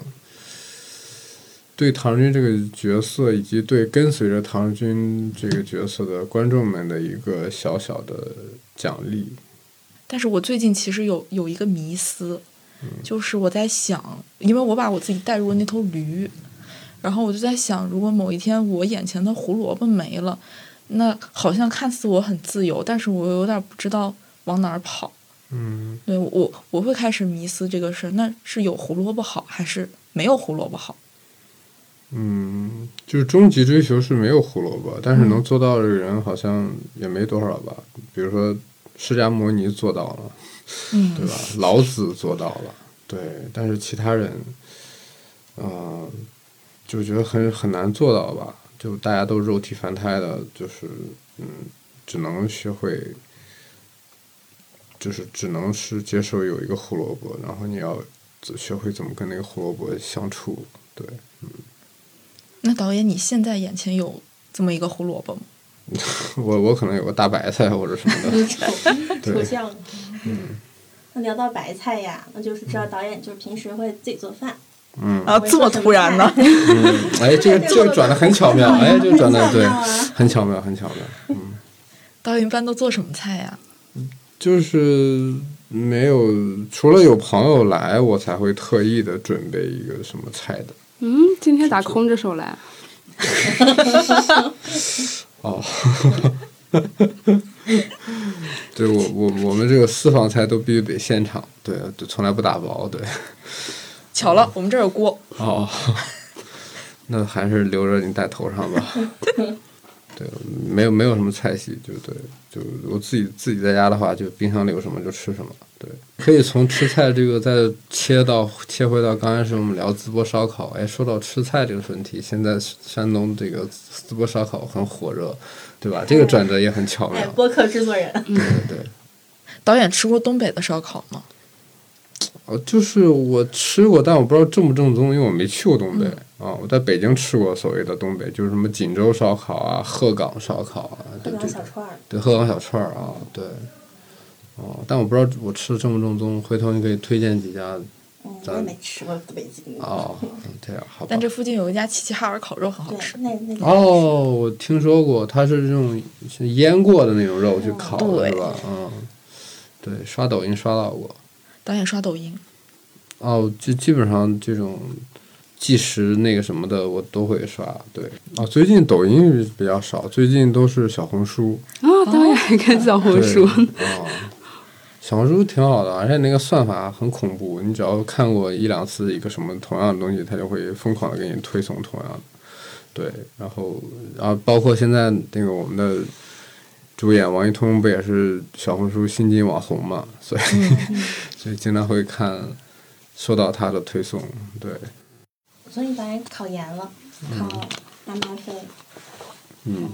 Speaker 4: 对唐人军这个角色，以及对跟随着唐人军这个角色的观众们的一个小小的奖励。
Speaker 2: 但是我最近其实有有一个迷思，
Speaker 4: 嗯
Speaker 2: 就是我在想，因为我把我自己带入了那头驴，然后我就在想，如果某一天我眼前的胡萝卜没了，那好像看似我很自由，但是我有点不知道往哪儿跑。
Speaker 4: 嗯，
Speaker 2: 对我我会开始迷思这个事儿，那是有胡萝卜好还是没有胡萝卜好？
Speaker 4: 嗯，就是终极追求是没有胡萝卜，但是能做到的人好像也没多少吧。比如说释迦摩尼做到了，
Speaker 2: 嗯
Speaker 4: 对吧？老子做到了，对，但是其他人，嗯、就觉得很很难做到吧。就大家都肉体凡胎的，就是嗯，只能学会，就是只能是接受有一个胡萝卜，然后你要自学会怎么跟那个胡萝卜相处，对。
Speaker 2: 那导演，你现在眼前有这么一个胡萝卜吗？
Speaker 4: 我我可能有个大白菜或者什么的，对嗯
Speaker 1: 抽象。那聊到白菜呀，那就是知道导演就是平时会自己做饭。
Speaker 4: 嗯，
Speaker 2: 啊，这么突然呢？
Speaker 4: 哎，这个这个转的很巧妙，哎，这个转的对
Speaker 1: 很巧妙啊，
Speaker 4: 很巧妙，很巧妙，嗯，
Speaker 2: 导演一般都做什么菜呀、
Speaker 4: 就是没有，除了有朋友来，我才会特意的准备一个什么菜的，
Speaker 3: 嗯，今天咋空着手来？
Speaker 4: 哦， 对我我我们这个私房菜都必须得现场，对，就从来不打包，对，
Speaker 2: 巧了，我们这儿有锅。
Speaker 4: 哦， 那还是留着你戴头上吧。 对，没有没有什么菜系，就对，就我自己自己在家的话，就冰箱里有什么就吃什么。对，可以从吃菜这个再切到切回到刚开始我们聊淄博烧烤。哎，说到吃菜这个问题，现在山东这个淄博烧烤很火热，对吧？这个转折也很巧妙
Speaker 1: 哎，。播客制作人，
Speaker 4: 对对对。
Speaker 2: 导演吃过东北的烧烤吗？
Speaker 4: 哦，就是我吃过，但我不知道正不正宗，因为我没去过东北、啊。我在北京吃过所谓的东北，就是什么锦州烧烤啊、鹤岗烧烤啊，
Speaker 1: 各
Speaker 4: 对
Speaker 1: 种
Speaker 4: 对
Speaker 1: 小串儿。
Speaker 4: 对，鹤岗小串儿啊，对。哦，但我不知道我吃的正不正宗，回头你可以推荐几家
Speaker 1: 嗯，
Speaker 4: 咱
Speaker 1: 我也没吃过北京的。
Speaker 4: 哦。嗯这样好吧
Speaker 2: 但？这附近有一家齐齐哈尔烤肉很好
Speaker 1: 对
Speaker 2: 吃，，
Speaker 1: 那那个。
Speaker 4: 哦，我听说过，它是这种是腌过的那种肉去烤的，
Speaker 2: 对
Speaker 4: 是吧？嗯，对，刷抖音刷到过。
Speaker 2: 导演刷抖音，
Speaker 4: 哦，就基本上这种计时那个什么的，我都会刷。对，啊，最近抖音比较少，最近都是小红书。
Speaker 3: 啊，导演还看小红
Speaker 4: 对
Speaker 3: 书。
Speaker 4: 哦，小红书挺好的，而且那个算法很恐怖，你只要看过一两次一个什么同样的东西，它就会疯狂的给你推送同样的。对，然后啊，包括现在那个我们的主演王一通不也是小红书新晋网红嘛，所以、 所以经常会看收到他的推送。对，
Speaker 1: 所以导演考研了，考拿麻飞。
Speaker 4: 嗯，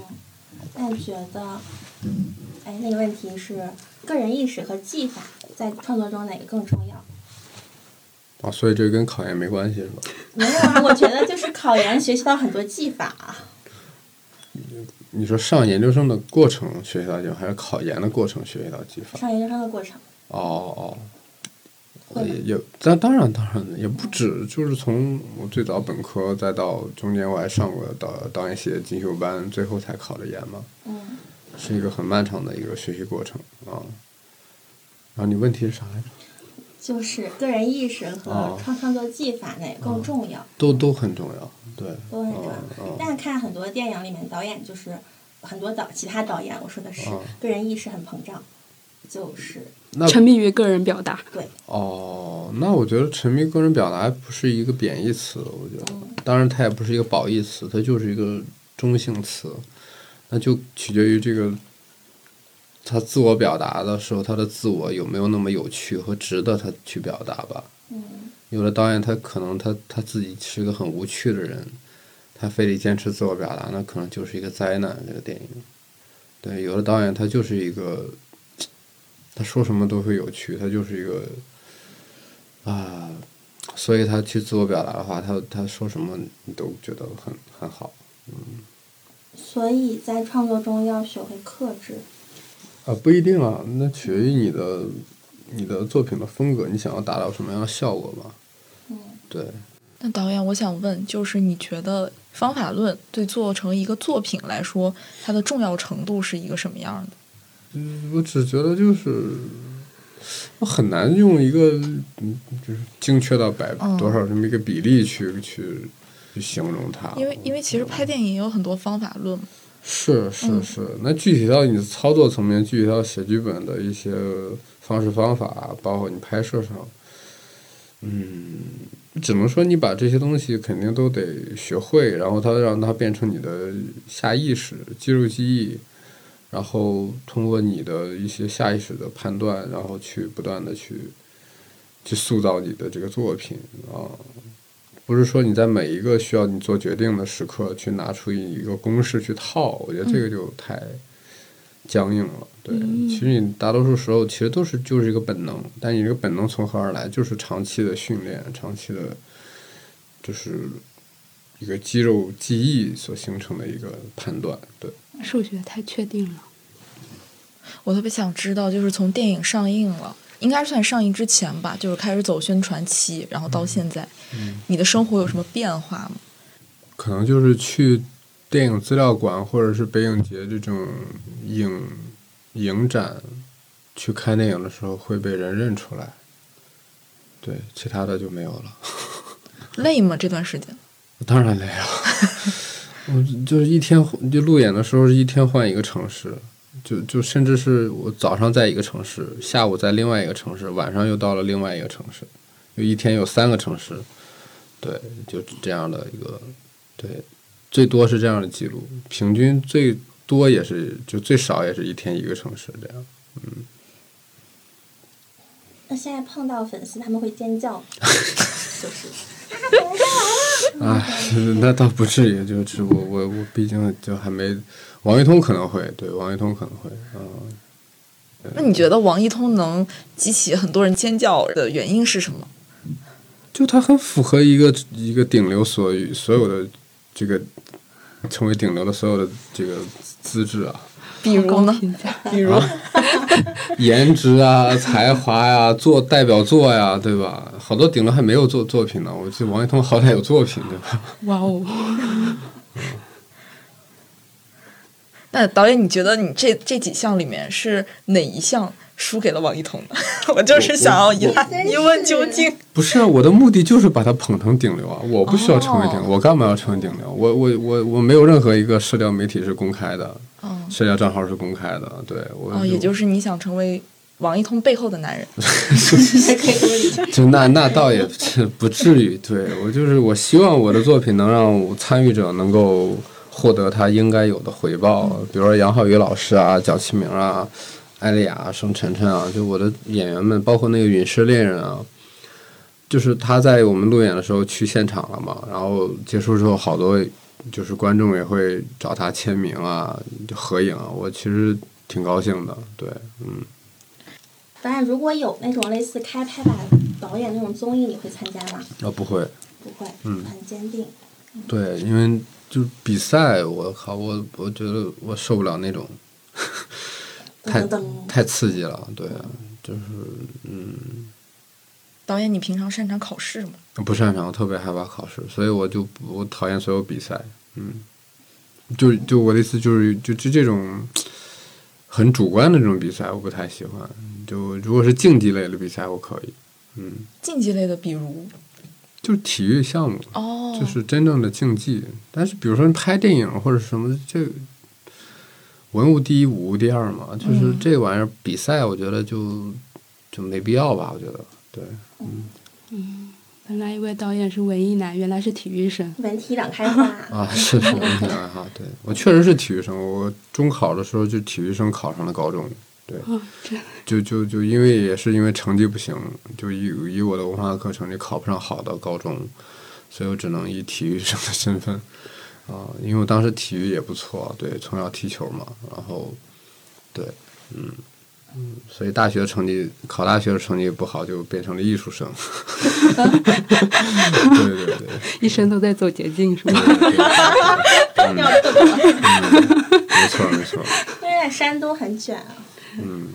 Speaker 1: 那你觉得，哎，那个问题是个人意识和技法在创作中哪个更重要？
Speaker 4: 啊，所以这跟考研没关系是吧？
Speaker 1: 没有啊，我觉得就是考研学习到很多技法，啊
Speaker 4: 你说上研究生的过程学习到技法，还是考研的过程学习到技法？
Speaker 1: 上研究生的过程。
Speaker 4: 哦哦，
Speaker 1: 会吗
Speaker 4: 也也，但当然当然也不止，就是从我最早本科，再到中间我还上过导导演系的进修班，最后才考的研嘛，
Speaker 1: 嗯，
Speaker 4: 是一个很漫长的一个学习过程啊。然后你问题是啥来着？
Speaker 1: 就是个人意识和
Speaker 4: 哦
Speaker 1: 创创作技法哪个更重要？
Speaker 4: 都都很重要，对，
Speaker 1: 都很重要。
Speaker 4: 嗯嗯
Speaker 1: 但看很多电影里面，导演就是很多导其他导演，我说的是
Speaker 4: 哦
Speaker 1: 个人意识很膨胀，就是
Speaker 4: 那
Speaker 3: 沉迷于个人表达。
Speaker 1: 对，
Speaker 4: 哦，那我觉得沉迷个人表达不是一个贬义词，我觉得，当然它也不是一个褒义词，它就是一个中性词，那就取决于这个他自我表达的时候，他的自我有没有那么有趣和值得他去表达吧。
Speaker 1: 嗯，
Speaker 4: 有的导演他可能他他自己是个很无趣的人，他非得坚持自我表达，那可能就是一个灾难。这个电影，对，有的导演他就是一个，他说什么都会有趣，他就是一个啊、所以他去自我表达的话，他他说什么你都觉得很很好。
Speaker 1: 所以在创作中要学会克制。
Speaker 4: 啊，不一定啊，那取决于你的你的作品的风格，你想要达到什么样的效果吧。
Speaker 1: 嗯，
Speaker 4: 对，
Speaker 2: 那导演，我想问，就是你觉得方法论对做成一个作品来说，它的重要程度是一个什么样的？
Speaker 4: 嗯，我只觉得就是我很难用一个嗯，就是精确到百
Speaker 2: 嗯
Speaker 4: 多少这么一个比例去、去去形容它。
Speaker 2: 因为因为其实拍电影也有很多方法论嘛，
Speaker 4: 是是
Speaker 2: 嗯
Speaker 4: 是，那具体到你的操作层面，具体到写剧本的一些方式方法，包括你拍摄上，嗯，只能说你把这些东西肯定都得学会，然后它让它变成你的下意识，肌肉记忆，然后通过你的一些下意识的判断，然后去不断的去去塑造你的这个作品啊。不是说你在每一个需要你做决定的时刻去拿出一个公式去套，我觉得这个就太僵硬了。对，其实你大多数时候其实都是就是一个本能，但你这个本能从何而来？就是长期的训练，长期的，就是一个肌肉记忆所形成的一个判断。对，
Speaker 3: 数学太确定了，
Speaker 2: 我特别想知道，就是从电影上映了，应该算上映之前吧，就是开始走宣传期，然后到现在，你的生活有什么变化吗？
Speaker 4: 可能就是去电影资料馆或者是北影节这种影影展去看电影的时候会被人认出来，对，其他的就没有了。
Speaker 2: 累吗？这段时间？
Speaker 4: 当然累了，我就是一天就路演的时候是一天换一个城市，就就甚至是我早上在一个城市，下午在另外一个城市，晚上又到了另外一个城市，就一天有三个城市，对，就这样的一个，对，最多是这样的记录，平均最多也是就最少也是一天一个城市这样。
Speaker 1: 那现在碰到粉丝他们会尖叫， 就是
Speaker 4: 啊， 那倒不至于，就是我我我毕竟就还没，王一通可能会，对，王一通可能会，嗯。
Speaker 2: 那你觉得王一通能激起很多人尖叫的原因是什么？
Speaker 4: 就它很符合一个一个顶流所所有的这个成为顶流的所有的这个资质啊，
Speaker 2: 比如呢？
Speaker 3: 评价
Speaker 2: 比如、
Speaker 4: 颜值啊、才华呀、做代表作呀、对吧？好多顶流还没有作作品呢，我记得王一通好歹有作品，对吧？
Speaker 3: 哇哦！
Speaker 2: 那导演，你觉得你这这几项里面是哪一项输给了王一通呢？ 我就是想要一
Speaker 1: 我
Speaker 2: 探一问究竟。
Speaker 4: 不是啊，我的目的就是把他捧成顶流啊！我不需要成为顶流，
Speaker 2: 哦
Speaker 4: 我干嘛要成为顶流？我我我我没有任何一个社交媒体是公开的，
Speaker 2: 哦
Speaker 4: 社交账号是公开的，对我
Speaker 2: 哦，也就是你想成为王一通背后的 男人。
Speaker 1: 还可以这么理解。
Speaker 4: 就那那倒也不不至于，对我就是我希望我的作品能让我参与者能够获得他应该有的回报，比如说杨浩宇老师啊、蒋奇明啊、艾丽雅啊、盛晨晨啊，就我的演员们，包括那个《陨石猎人》啊，就是他在我们路演的时候去现场了嘛，然后结束之后，好多就是观众也会找他签名啊、合影啊，我其实挺高兴的，对，嗯。
Speaker 1: 当然，如果有那种类似开拍吧导演那种综艺，你会参加吗？
Speaker 4: 啊，不会，
Speaker 1: 不会，
Speaker 4: 嗯
Speaker 1: 很坚定。
Speaker 4: 对，因为就比赛，我靠，我我觉得我受不了那种太
Speaker 1: 噔噔噔，
Speaker 4: 太刺激了。对，就是嗯
Speaker 2: 导演，你平常擅长考试吗？
Speaker 4: 不擅长，特别害怕考试，所以我就不我讨厌所有比赛。嗯，就就我的意思就是，就就这种很主观的这种比赛，我不太喜欢。就如果是竞技类的比赛，我可以。嗯，
Speaker 2: 竞技类的，比如
Speaker 4: 就是体育项目。
Speaker 2: 哦，
Speaker 4: 就是真正的竞技。但是比如说拍电影或者什么，这文无第一，武无第二嘛，就是这个玩意儿比赛，我觉得就就没必要吧，我觉得对，嗯
Speaker 3: 本来以为导演是文艺男，原来是体育生。
Speaker 1: 文体两 开花。
Speaker 4: 啊，是是文凭爱好，对我确实是体育生，我中考的时候就体育生考上了高中，对，
Speaker 3: 嗯，这
Speaker 4: 就就就因为也是因为成绩不行，就以以我的文化课成绩考不上好的高中，所以我只能以体育生的身份啊、因为我当时体育也不错，对，从小踢球嘛，然后对，嗯嗯，所以大学成绩考大学的成绩不好，就变成了艺术生，对对对对
Speaker 3: 一生都在走捷径，是吗？
Speaker 4: 对对，嗯
Speaker 1: 要这个，
Speaker 4: 没错没错，
Speaker 1: 啊因为在山东很卷啊，
Speaker 4: 嗯。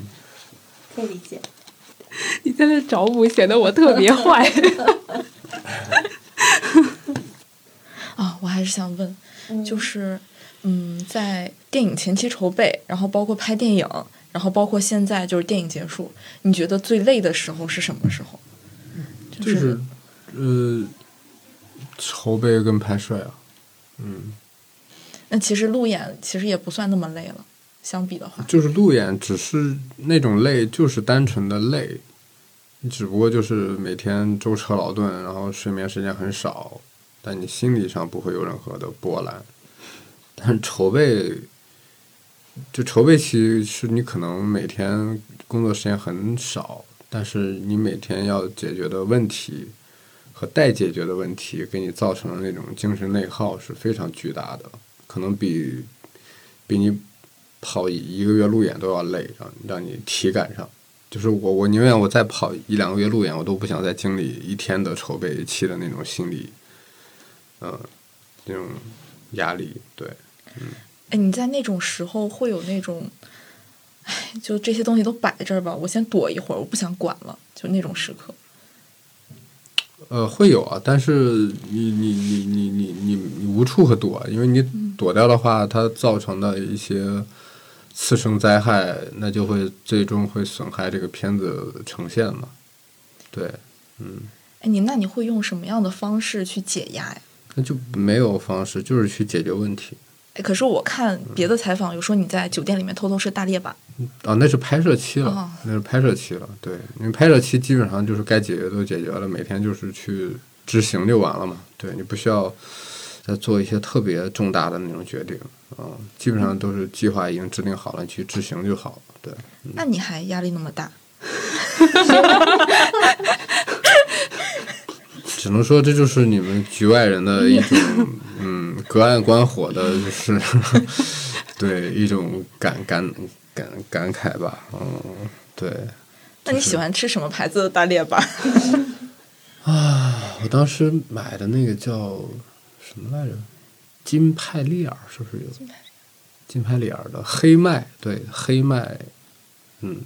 Speaker 1: 可以理解。
Speaker 3: 你在那找补，显得我特别 坏。
Speaker 2: 啊，我还是想问，就是嗯，在电影前期筹备，然后包括拍电影，然后包括现在就是电影结束，你觉得最累的时候是什么时候？
Speaker 4: 就呃，筹备跟拍摄呀、嗯，
Speaker 2: 那其实路演其实也不算那么累了，相比的话，
Speaker 4: 就是路演，只是那种累，就是单纯的累，只不过就是每天舟车劳顿，然后睡眠时间很少，但你心理上不会有任何的波澜。但是筹备，就筹备期是你可能每天工作时间很少，但是你每天要解决的问题和待解决的问题，给你造成的那种精神内耗是非常巨大的，可能比比你跑一个月路演都要累，让让你体感上。就是我，我宁愿我再跑一两个月路演，我都不想再经历一天的筹备期的那种心理，嗯、那种压力，对。
Speaker 2: 哎，你在那种时候会有那种，哎，就这些东西都摆这儿吧，我先躲一会儿，我不想管了，就那种时刻。
Speaker 4: 呃，会有啊，但是你你你你你你你无处可躲，因为你躲掉的话，它造成的一些次生灾害，那就会最终会损害这个片子呈现嘛。对，嗯，
Speaker 2: 哎，你那你会用什么样的方式去解压呀？
Speaker 4: 那就没有方式，就是去解决问题
Speaker 2: 哎，可是我看别的采访有说你在酒店里面偷偷吃大列巴，
Speaker 4: 啊。那是拍摄期了，
Speaker 2: 哦
Speaker 4: 那是拍摄期了。对，因为拍摄期基本上就是该解决都解决了，每天就是去执行就完了嘛。对你不需要再做一些特别重大的那种决定啊、基本上都是计划已经制定好了，你去执行就好了。对，
Speaker 2: 那你还压力那么大？
Speaker 4: 只能说这就是你们局外人的一种，嗯，隔岸观火的，就是 对一种感感感感慨吧，嗯，对。
Speaker 2: 那你喜欢吃什么牌子的 大列巴？
Speaker 4: 嗯啊，我当时买的那个叫什么来着？金派利尔是不是有？金派利尔的黑麦，对黑麦，嗯，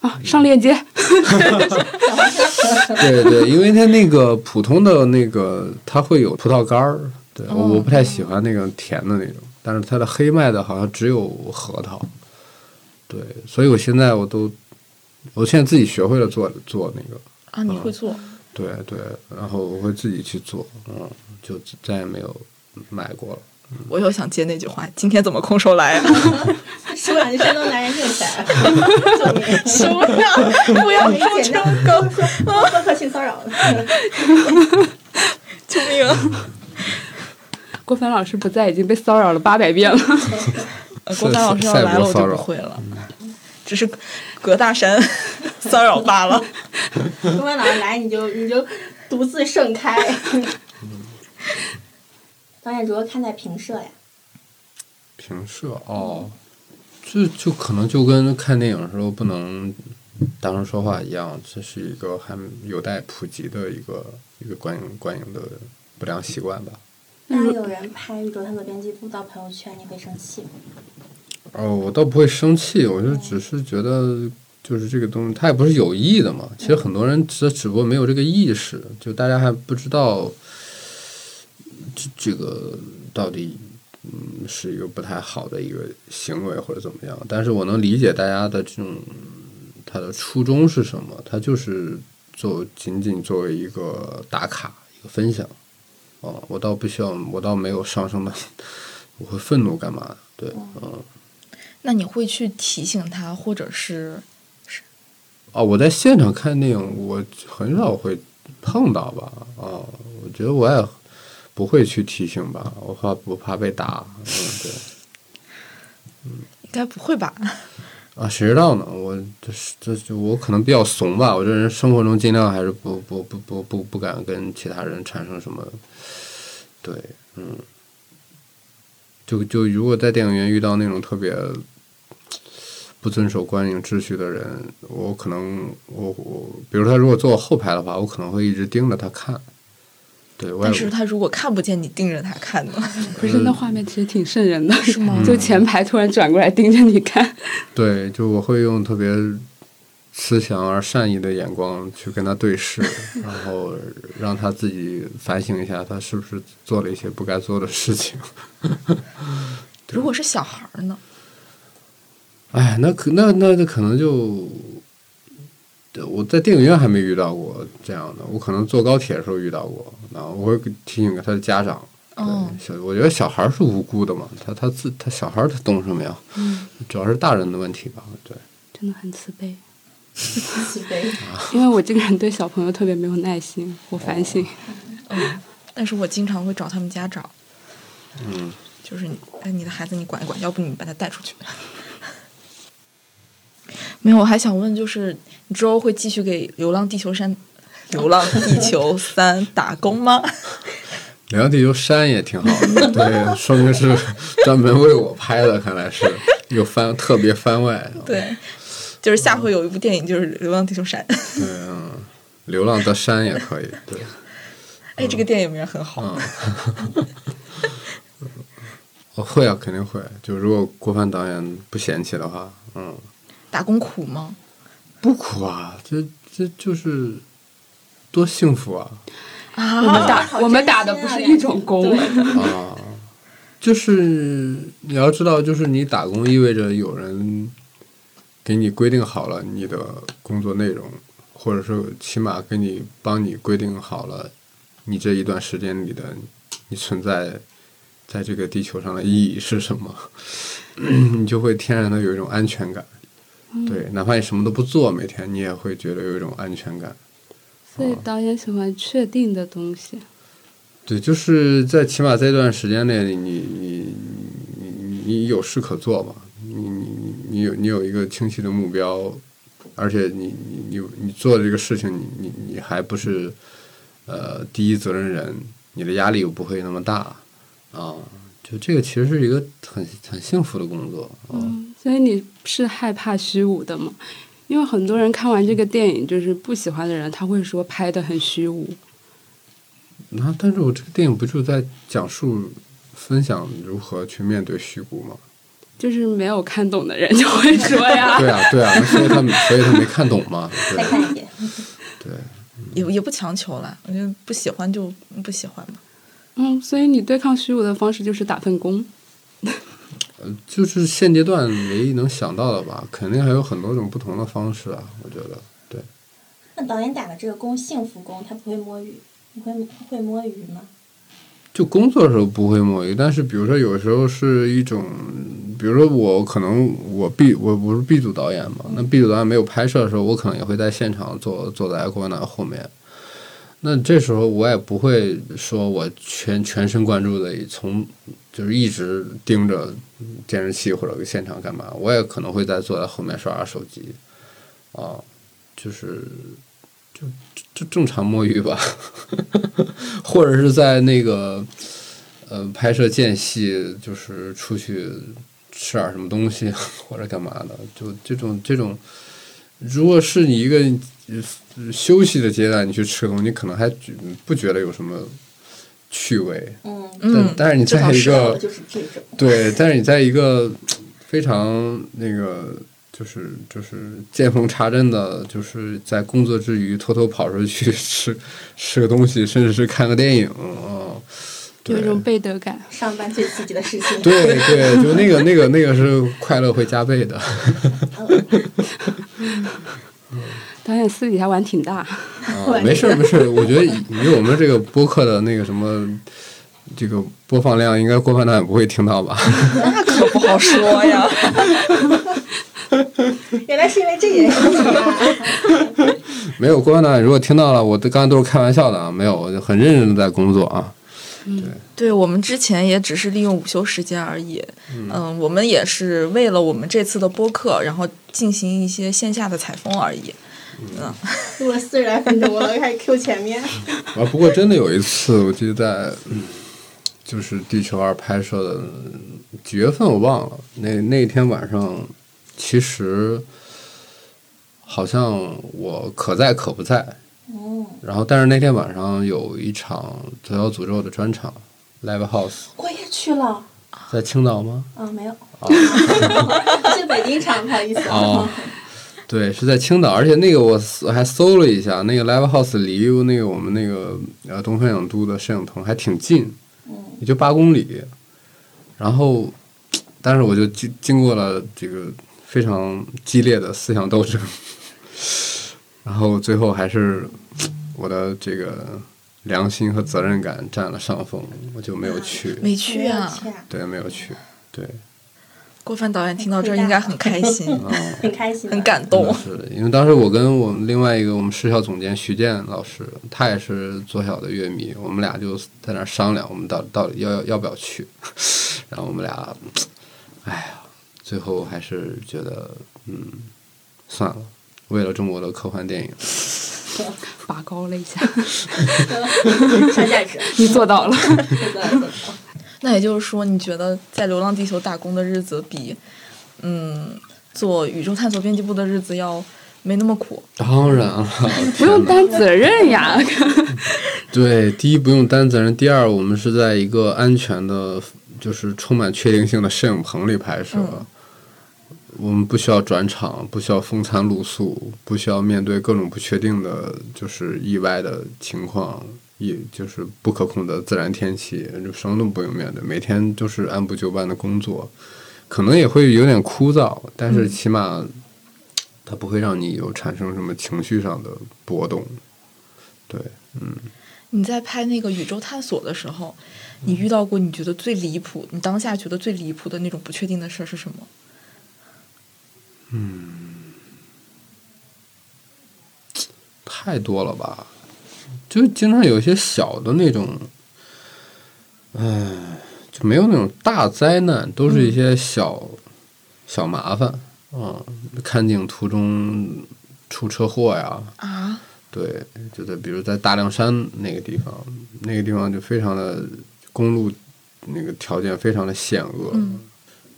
Speaker 3: 啊，上链接，
Speaker 4: 对对，因为它那个普通的那个，它会有葡萄干儿，对，我我不太喜欢那个甜的那种，但是它的黑麦的好像只有核桃，对，所以我现在我都，我现在自己学会了做做那个，
Speaker 2: 啊，你会做？
Speaker 4: 对对，然后我会自己去做，嗯，就再也没有买过了。
Speaker 2: 我又想接那句话，今天怎么空手来啊？
Speaker 1: 说两句山东男人硬起来了，
Speaker 2: 什么 呀？不要
Speaker 1: 没
Speaker 2: 说
Speaker 1: 剪
Speaker 2: 成
Speaker 1: 掉
Speaker 2: 功，
Speaker 1: 包括性骚扰了。
Speaker 2: 救命啊！
Speaker 3: 郭帆老师不在，已经被骚扰了八百遍了。
Speaker 2: 呃郭帆老师要
Speaker 4: 赛
Speaker 2: 来了，
Speaker 4: 博
Speaker 2: 我就
Speaker 4: 骚
Speaker 2: 不
Speaker 4: 扰
Speaker 2: 会了， 只是隔大山 骚扰罢了。
Speaker 1: 中文老师来，你就你就独自盛 开。 导演如何看待平射呀？
Speaker 4: 平射哦，这就可能就跟看电影的时候不能大声说话一样，这是一个还有待普及的一个一个观影观影的不良习惯吧。
Speaker 1: 当有人拍《宇宙探索编辑部》到朋友圈，你会生气吗？
Speaker 4: 哦，我倒不会生气，我就只是觉得，就是这个东西，它也不是有意的嘛。其实很多人只只不过没有这个意识，就大家还不知道这这个到底嗯是一个不太好的一个行为或者怎么样。但是我能理解大家的这种他的初衷是什么，他就是做仅仅作为一个打卡一个分享。哦，我 倒不希望，我倒没有上升到我会愤怒干嘛的，对，嗯。
Speaker 2: 那你会去提醒他，或者是
Speaker 4: 啊，我在现场看电影，我很少会碰到吧？啊，我觉得我也不会去提醒吧，我怕我怕被打。嗯，对。
Speaker 2: 应该不会吧？
Speaker 4: 啊，谁知道呢？我这是这是我可能比较怂吧。我这人生活中尽量还是不不不不不不敢跟其他人产生什么，对，嗯，就就如果在电影院遇到那种特别不遵守观影秩序的人，我可能我我，比如他如果坐我后排的话，我可能会一直盯着他看。对，我也
Speaker 2: 但是他如果看不见你盯着他看呢，
Speaker 3: 不是那画面其实挺瘆人的，
Speaker 2: 是吗？
Speaker 3: 就前排突然转过来盯着你看，
Speaker 4: 对，就我会用特别慈祥而善意的眼光去跟他对 视，然后让他自己反省一下，他是不是做了一些不该做的事情。
Speaker 2: 如果是小孩儿呢？
Speaker 4: 哎，那可那那那可能就，我在电影院还没遇到过这样的，我可能坐高铁的时候遇到过，那我会提醒他的家长。对
Speaker 2: 哦，
Speaker 4: 小我觉得小孩儿是无辜的嘛，他他自他小孩儿他懂什么呀？主要是大人的问题吧，对。
Speaker 3: 真的很慈悲。
Speaker 1: 自卑。
Speaker 3: 因为我这个人对小朋友特别没有耐心，我反省。
Speaker 2: 嗯，但是我经常会找他们家长，
Speaker 4: 嗯，
Speaker 2: 就是你，哎，你的孩子你管一管，要不你把他带出去。 没有，我还想问，就是你之后会继续给《流浪地球三》 《流浪地球三》打 工吗？
Speaker 4: 流浪地球山也挺好 的，对，说明是专门为我拍的，看来是有番特别番外。
Speaker 2: 对，就是下回有一部电影就是《流浪地球三》，
Speaker 4: 对，嗯，流浪的山也 可以，对，
Speaker 2: 哎，这个电影名很好。
Speaker 4: 嗯，我会啊，肯定会。就如果郭帆导演不嫌弃的话，嗯，
Speaker 2: 打工苦吗？
Speaker 4: 不苦啊，这这就是多幸福啊！
Speaker 2: 啊，
Speaker 3: 我们打
Speaker 1: 好
Speaker 3: 我们
Speaker 1: 真
Speaker 3: 打的
Speaker 1: 心
Speaker 3: 不
Speaker 1: 啊
Speaker 3: 是
Speaker 1: 感
Speaker 3: 一
Speaker 1: 觉
Speaker 3: 种工，
Speaker 1: 对
Speaker 4: 啊，就是你要知道，就是你打工意味着有人给你规定好了你的工作内容，或者说起码给你帮你规定好了你这一段时间里的你存在在这个地球上的意义是什么， 你就会天然的有一种安全感。对，哪怕你什么都不做，每天你也会觉得有一种安全感。
Speaker 3: 所以导演喜欢确定的东西。
Speaker 4: 对，就是在起码这段时间内，你你你你你你有事可做嘛？你你你你有你有一个清晰的目标，而且你你你你做的这个事情，你你你还不是呃第一责任人，你的压力又不会那么大啊。就这个其实是一个很很幸福的工作，啊、
Speaker 3: 嗯，所以你是害怕虚无的吗？因为很多人看完这个电影，就是不喜欢的人，他会说拍的很虚无。
Speaker 4: 那、但是我这个电影不就在讲述分享如何去面对虚谷吗？
Speaker 3: 就是没有看懂的人就会说呀，
Speaker 4: 对啊，对啊，所以他所以他没看懂嘛，对
Speaker 1: 再看一眼，
Speaker 4: 对。
Speaker 2: 也也不强求啦，我觉得不喜欢就不喜欢吧。
Speaker 3: 嗯，所以你对抗虚无的方式就是打份工。
Speaker 4: 呃，就是现阶段唯一能想到的吧，肯定还有很多种不同的方式啊，我觉得，对，
Speaker 1: 那导演打的这个工，幸福工，他不会摸鱼，你会会摸鱼吗？
Speaker 4: 就工作的时候不会摸鱼，但是比如说有时候是一种，比如说我可能我 B 我不是 B 组导演嘛，那 B 组导演没有拍摄的时候，我可能也会在现场坐坐在郭文导后面。那这时候我也不会说我全全神贯注的从就是一直盯着监视器或者现场干嘛，我也可能会在坐在后面刷刷手机，啊，就是就就正常摸鱼吧。 或者是在那个呃拍摄间隙，就是出去吃点什么东西 或者干嘛的，就这种这种，如果是你一个呃休息的阶段，你去吃东西，你可能还觉不觉得有什么趣味，
Speaker 1: 嗯，
Speaker 4: 但
Speaker 2: 嗯，
Speaker 4: 但是你
Speaker 2: 这
Speaker 4: 在
Speaker 2: 倒
Speaker 4: 一
Speaker 2: 是
Speaker 1: 我
Speaker 4: 个
Speaker 1: 就是这种。
Speaker 4: 对，但是你在一个非常那个。就是就是见缝插针的，就是在工作之余偷偷跑出去吃吃个东西，甚至是看个电影啊，
Speaker 3: 有
Speaker 4: 对
Speaker 3: 一种背德感。
Speaker 1: 上班最刺激的事情。
Speaker 4: 对对，就那个那个那个是快乐会加倍的。
Speaker 3: 导演私底下玩挺大，
Speaker 4: 啊，没事儿没事儿，我觉得以以我们这个播客的那个什么这个播放量应该郭班长也不会听到吧？
Speaker 2: 那可不好说呀。
Speaker 1: 原来是因为啊这原 因。
Speaker 4: 没有，郭班长如果听到了，我刚才都是开玩笑的啊，没有，我就很认真的在工作啊。对，
Speaker 2: 对我们之前也只是利用午休时间而已。嗯、我们也是为了我们这次的播客，然后进行一些线下的采风而已。
Speaker 1: 录了四十来分钟，我都开始 Q 前面。
Speaker 4: 啊，不过真的有一次，我记得在嗯就是《地球二》拍摄的几月份我忘了，那那天晚上其实好像我可在可不在，
Speaker 1: 哦，
Speaker 4: 然后但是那天晚上有一场《左小诅咒》的专场 Live House
Speaker 1: 我也去了。
Speaker 4: 在青岛吗？
Speaker 1: 啊，没有，
Speaker 4: 啊
Speaker 1: 去北京场，不好意思。
Speaker 4: 哦，对，是在青岛，而且那个我搜还搜了一下，那个 Live House 离那个我们那个呃东方影都的摄影棚还挺近，
Speaker 1: 嗯，
Speaker 4: 也就八公里。然后，但是我就经经过了这个非常激烈的思想斗争， 然后最后还是我的这个良心和责任感占了上风，我就没有去，
Speaker 2: 没去
Speaker 1: 没有
Speaker 2: 啊
Speaker 1: 去！啊，
Speaker 4: 对，没有去，对，
Speaker 2: 郭帆导演听到这儿应该很开心，
Speaker 4: 嗯。
Speaker 1: 很开心， 啊
Speaker 2: 很感
Speaker 4: 真的
Speaker 2: 动。
Speaker 4: 是的，因为当时我跟我们另外一个我们视效总监徐健老师，他也是左小的乐迷，我们俩就在那儿商量，我们到到底要要不要去。 然后我们俩，哎呀，最后还是觉得，嗯，算了，为了中国的科幻电影，
Speaker 3: 拔高了一下，
Speaker 1: 上价值，
Speaker 3: 你做到 了。
Speaker 1: 对的对的
Speaker 2: 那也就是说，你觉得在《流浪地球》打工的日子比，嗯，做宇宙探索编辑部的日子要没那么苦？
Speaker 4: 当然了，
Speaker 3: 不用担责任呀，
Speaker 4: 对，第一不用担责任，第二我们是在一个安全的，就是充满确定性的摄影棚里拍摄，
Speaker 2: 嗯
Speaker 4: 我们不需要转场，不需要风餐露宿，不需要面对各种不确定的，就是意外的情况，也就是不可控的自然天气，就什么都不用面对，每天就是按部就班的工作，可能也会有点枯燥，但是起码它不会让你有产生什么情绪上的波动，对。
Speaker 2: 你在拍那个宇宙探索的时候，你遇到过你觉得最离谱，你当下觉得最离谱的那种不确定的事儿是什么？
Speaker 4: 太多了吧？就经常有一些小的那种，唉，就没有那种大灾难，都是一些小、小麻烦啊、看景途中出车祸呀，
Speaker 2: 啊，
Speaker 4: 对，就在比如在大凉山那个地方，那个地方就非常的公路那个条件非常的险恶，
Speaker 2: 嗯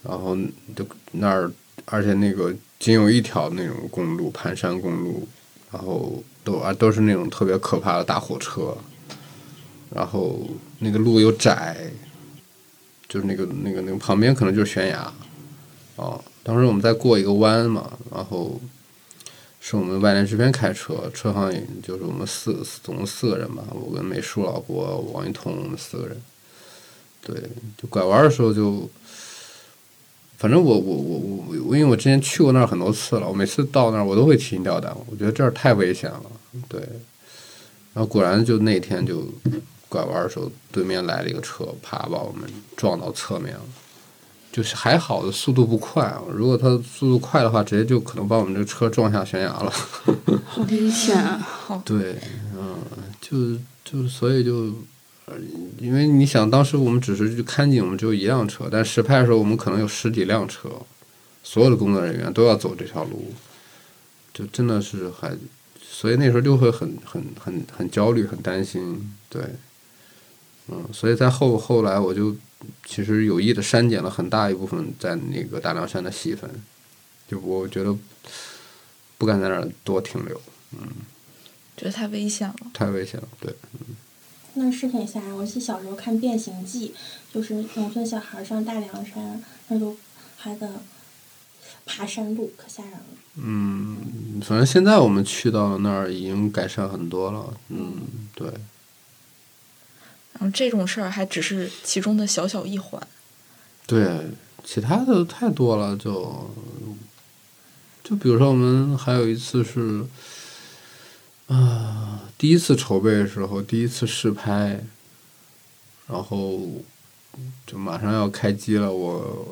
Speaker 4: 然后就那儿，而且那个仅有一条那种公路，盘山公路，然后都啊都是那种特别可怕的大火车，然后那个路又窄，就是那个那个那个旁边可能就是悬崖，啊，当时我们在过一个弯嘛，然后是我们外联制片开车，车上也就是我们四四总共四个人吧，我跟美术老郭、王一彤，我们四个人，对，就拐弯的时候就。反正我我我我我，因为我之前去过那儿很多次了，我每次到那儿我都会提心吊胆，我觉得这儿太危险了，对。然后果然就那天就拐弯的时候，对面来了一个车，啪把我们撞到侧面了。就是还好的速度不快啊，如果它速度快的话，直接就可能把我们这个车撞下悬崖了。
Speaker 3: 好危险啊！
Speaker 4: 对，嗯，就就所以就，呃因为你想，当时我们只是去看景，我们只有一辆车，但实拍的时候，我们可能有十几辆车，所有的工作人员都要走这条路，就真的是还，所以那时候就会很很很很焦虑，很担心，对，嗯，所以在后后来我就其实有意的删减了很大一部分在那个大凉山的戏份，就我觉得不敢在那儿多停留，
Speaker 2: 觉得太危险了。
Speaker 4: 太危险了，对。
Speaker 1: 那是挺吓人。我记得小时候看《变形记》，就是农村小孩上大凉山，那种还得爬山路，可吓人 了。
Speaker 4: 嗯，反正现在我们去到那儿已经改善很多了。嗯，对，
Speaker 2: 然后这种事儿还只是其中的小小一环。
Speaker 4: 对，其他的太多了，就就比如说我们还有一次是呃啊、第一次筹备的时候，第一次试拍，然后就马上要开机了，我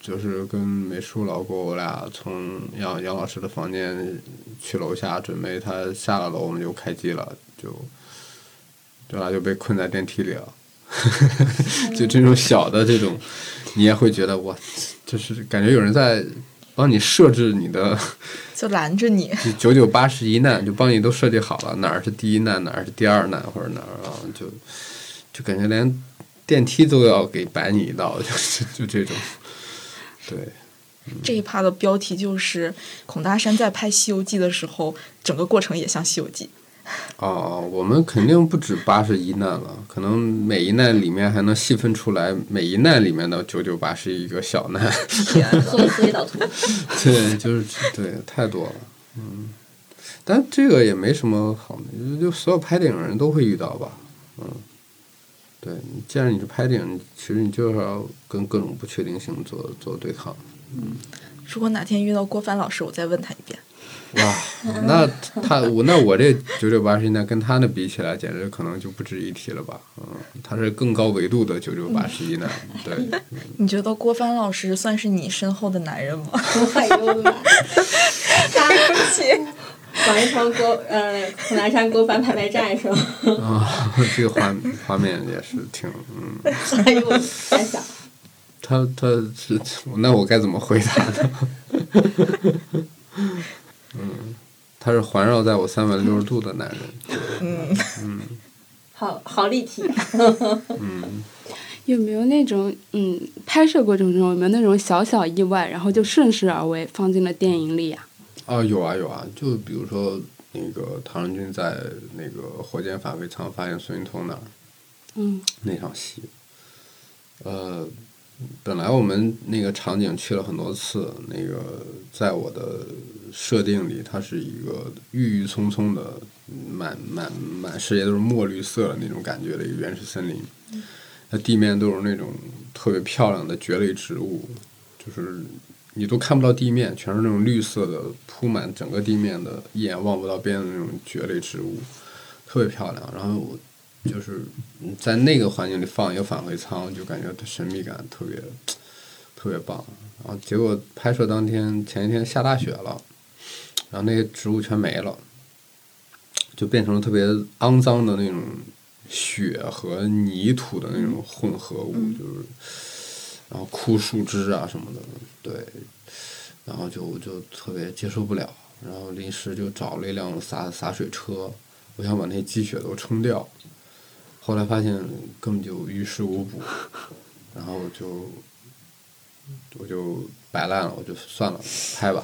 Speaker 4: 就是跟美术老郭，我俩从杨杨老师的房间去楼下，准备他下了楼我们就开机了，就我俩就被困在电梯里了。 就这种小的这种，你也会觉得哇，就是感觉有人在帮你设置你的
Speaker 2: 就拦着你，
Speaker 4: 九九八十一难，就帮你都设计好了，哪儿是第一难，哪儿是第二难，或者哪儿啊，就就感觉连电梯都要给摆你一道， 就就这种，对。
Speaker 2: 这一趴的标题就是孔大山在拍《西游记》的时候，整个过程也像《西游记》。
Speaker 4: 哦，我们肯定不止八十一难了，可能每一难里面还能细分出来，每一难里面的九九八十一个小难。
Speaker 2: 天呐，
Speaker 1: 做思维导图。
Speaker 4: 对，就是对，太多了，嗯，但这个也没什么好，就所有拍电影人都会遇到吧，嗯，对，既然你是拍电影，其实你就是要跟各种不确定性做做对抗。嗯，
Speaker 2: 如果哪天遇到郭帆老师，我再问他一遍。
Speaker 4: 哇，那他我那我这九九八十一难跟他那比起来，简直可能就不值一提了吧？嗯，他是更高维度的九九八十一难。对，
Speaker 2: 你觉得郭帆老师算是你身后的男人吗？
Speaker 1: 哎呦妈！ 对不起，王一川郭呃孔南山郭帆排排站 是吗？
Speaker 4: 啊，这个画画面也是挺嗯。
Speaker 1: 哎呦，太小。
Speaker 4: 他他是那我该怎么回答呢？ 嗯，他是环绕在我三百六十度的男人。嗯嗯，
Speaker 1: 好好立体。啊
Speaker 4: 嗯，
Speaker 3: 有没有那种嗯，拍摄过程中有没有那种小小意外，然后就顺势而为放进了电影里呀、
Speaker 4: 啊？啊，有啊有啊，就比如说那个唐人军在那个火箭返回舱发现孙云通那儿，
Speaker 3: 嗯，
Speaker 4: 那场戏，呃。本来我们那个场景去了很多次，那个在我的设定里，它是一个郁郁葱葱的，满满满世界都是墨绿色的那种感觉的一个原始森林。它地面都是那种特别漂亮的蕨类植物，就是你都看不到地面，全是那种绿色的铺满整个地面的，一眼望不到边的那种蕨类植物，特别漂亮。然后我。就是在那个环境里放一个返回舱，就感觉神秘感特别特别棒。然后结果拍摄当天前一天下大雪了，然后那些植物全没了，就变成了特别肮脏的那种雪和泥土的那种混合物，就是，然后枯树枝啊什么的，对，然后就就特别接受不了，然后临时就找了一辆洒洒水车，我想把那积雪都冲掉。后来发现根本就于事无补，然后就我就摆烂了，我就算了，拍吧。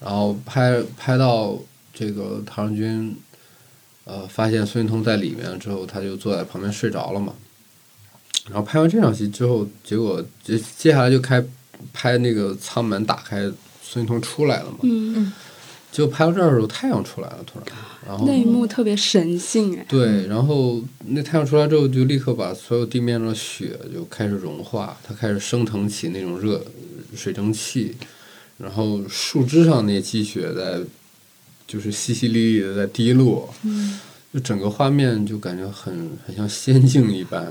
Speaker 4: 然后拍拍到这个唐人军，呃，发现孙运通在里面之后，他就坐在旁边睡着了嘛。然后拍完这场戏之后，结果接接下来就开拍那个舱门打开，孙运通出来了嘛。
Speaker 3: 嗯嗯。
Speaker 4: 就拍到这儿的时候，太阳出来了，突然，然后
Speaker 3: 那一幕特别神性哎。
Speaker 4: 对，然后那太阳出来之后，就立刻把所有地面上的雪就开始融化，它开始升腾起那种热水蒸气，然后树枝上那积雪在就是淅淅沥沥的在滴落，
Speaker 3: 嗯、
Speaker 4: 就整个画面就感觉很很像仙境一般，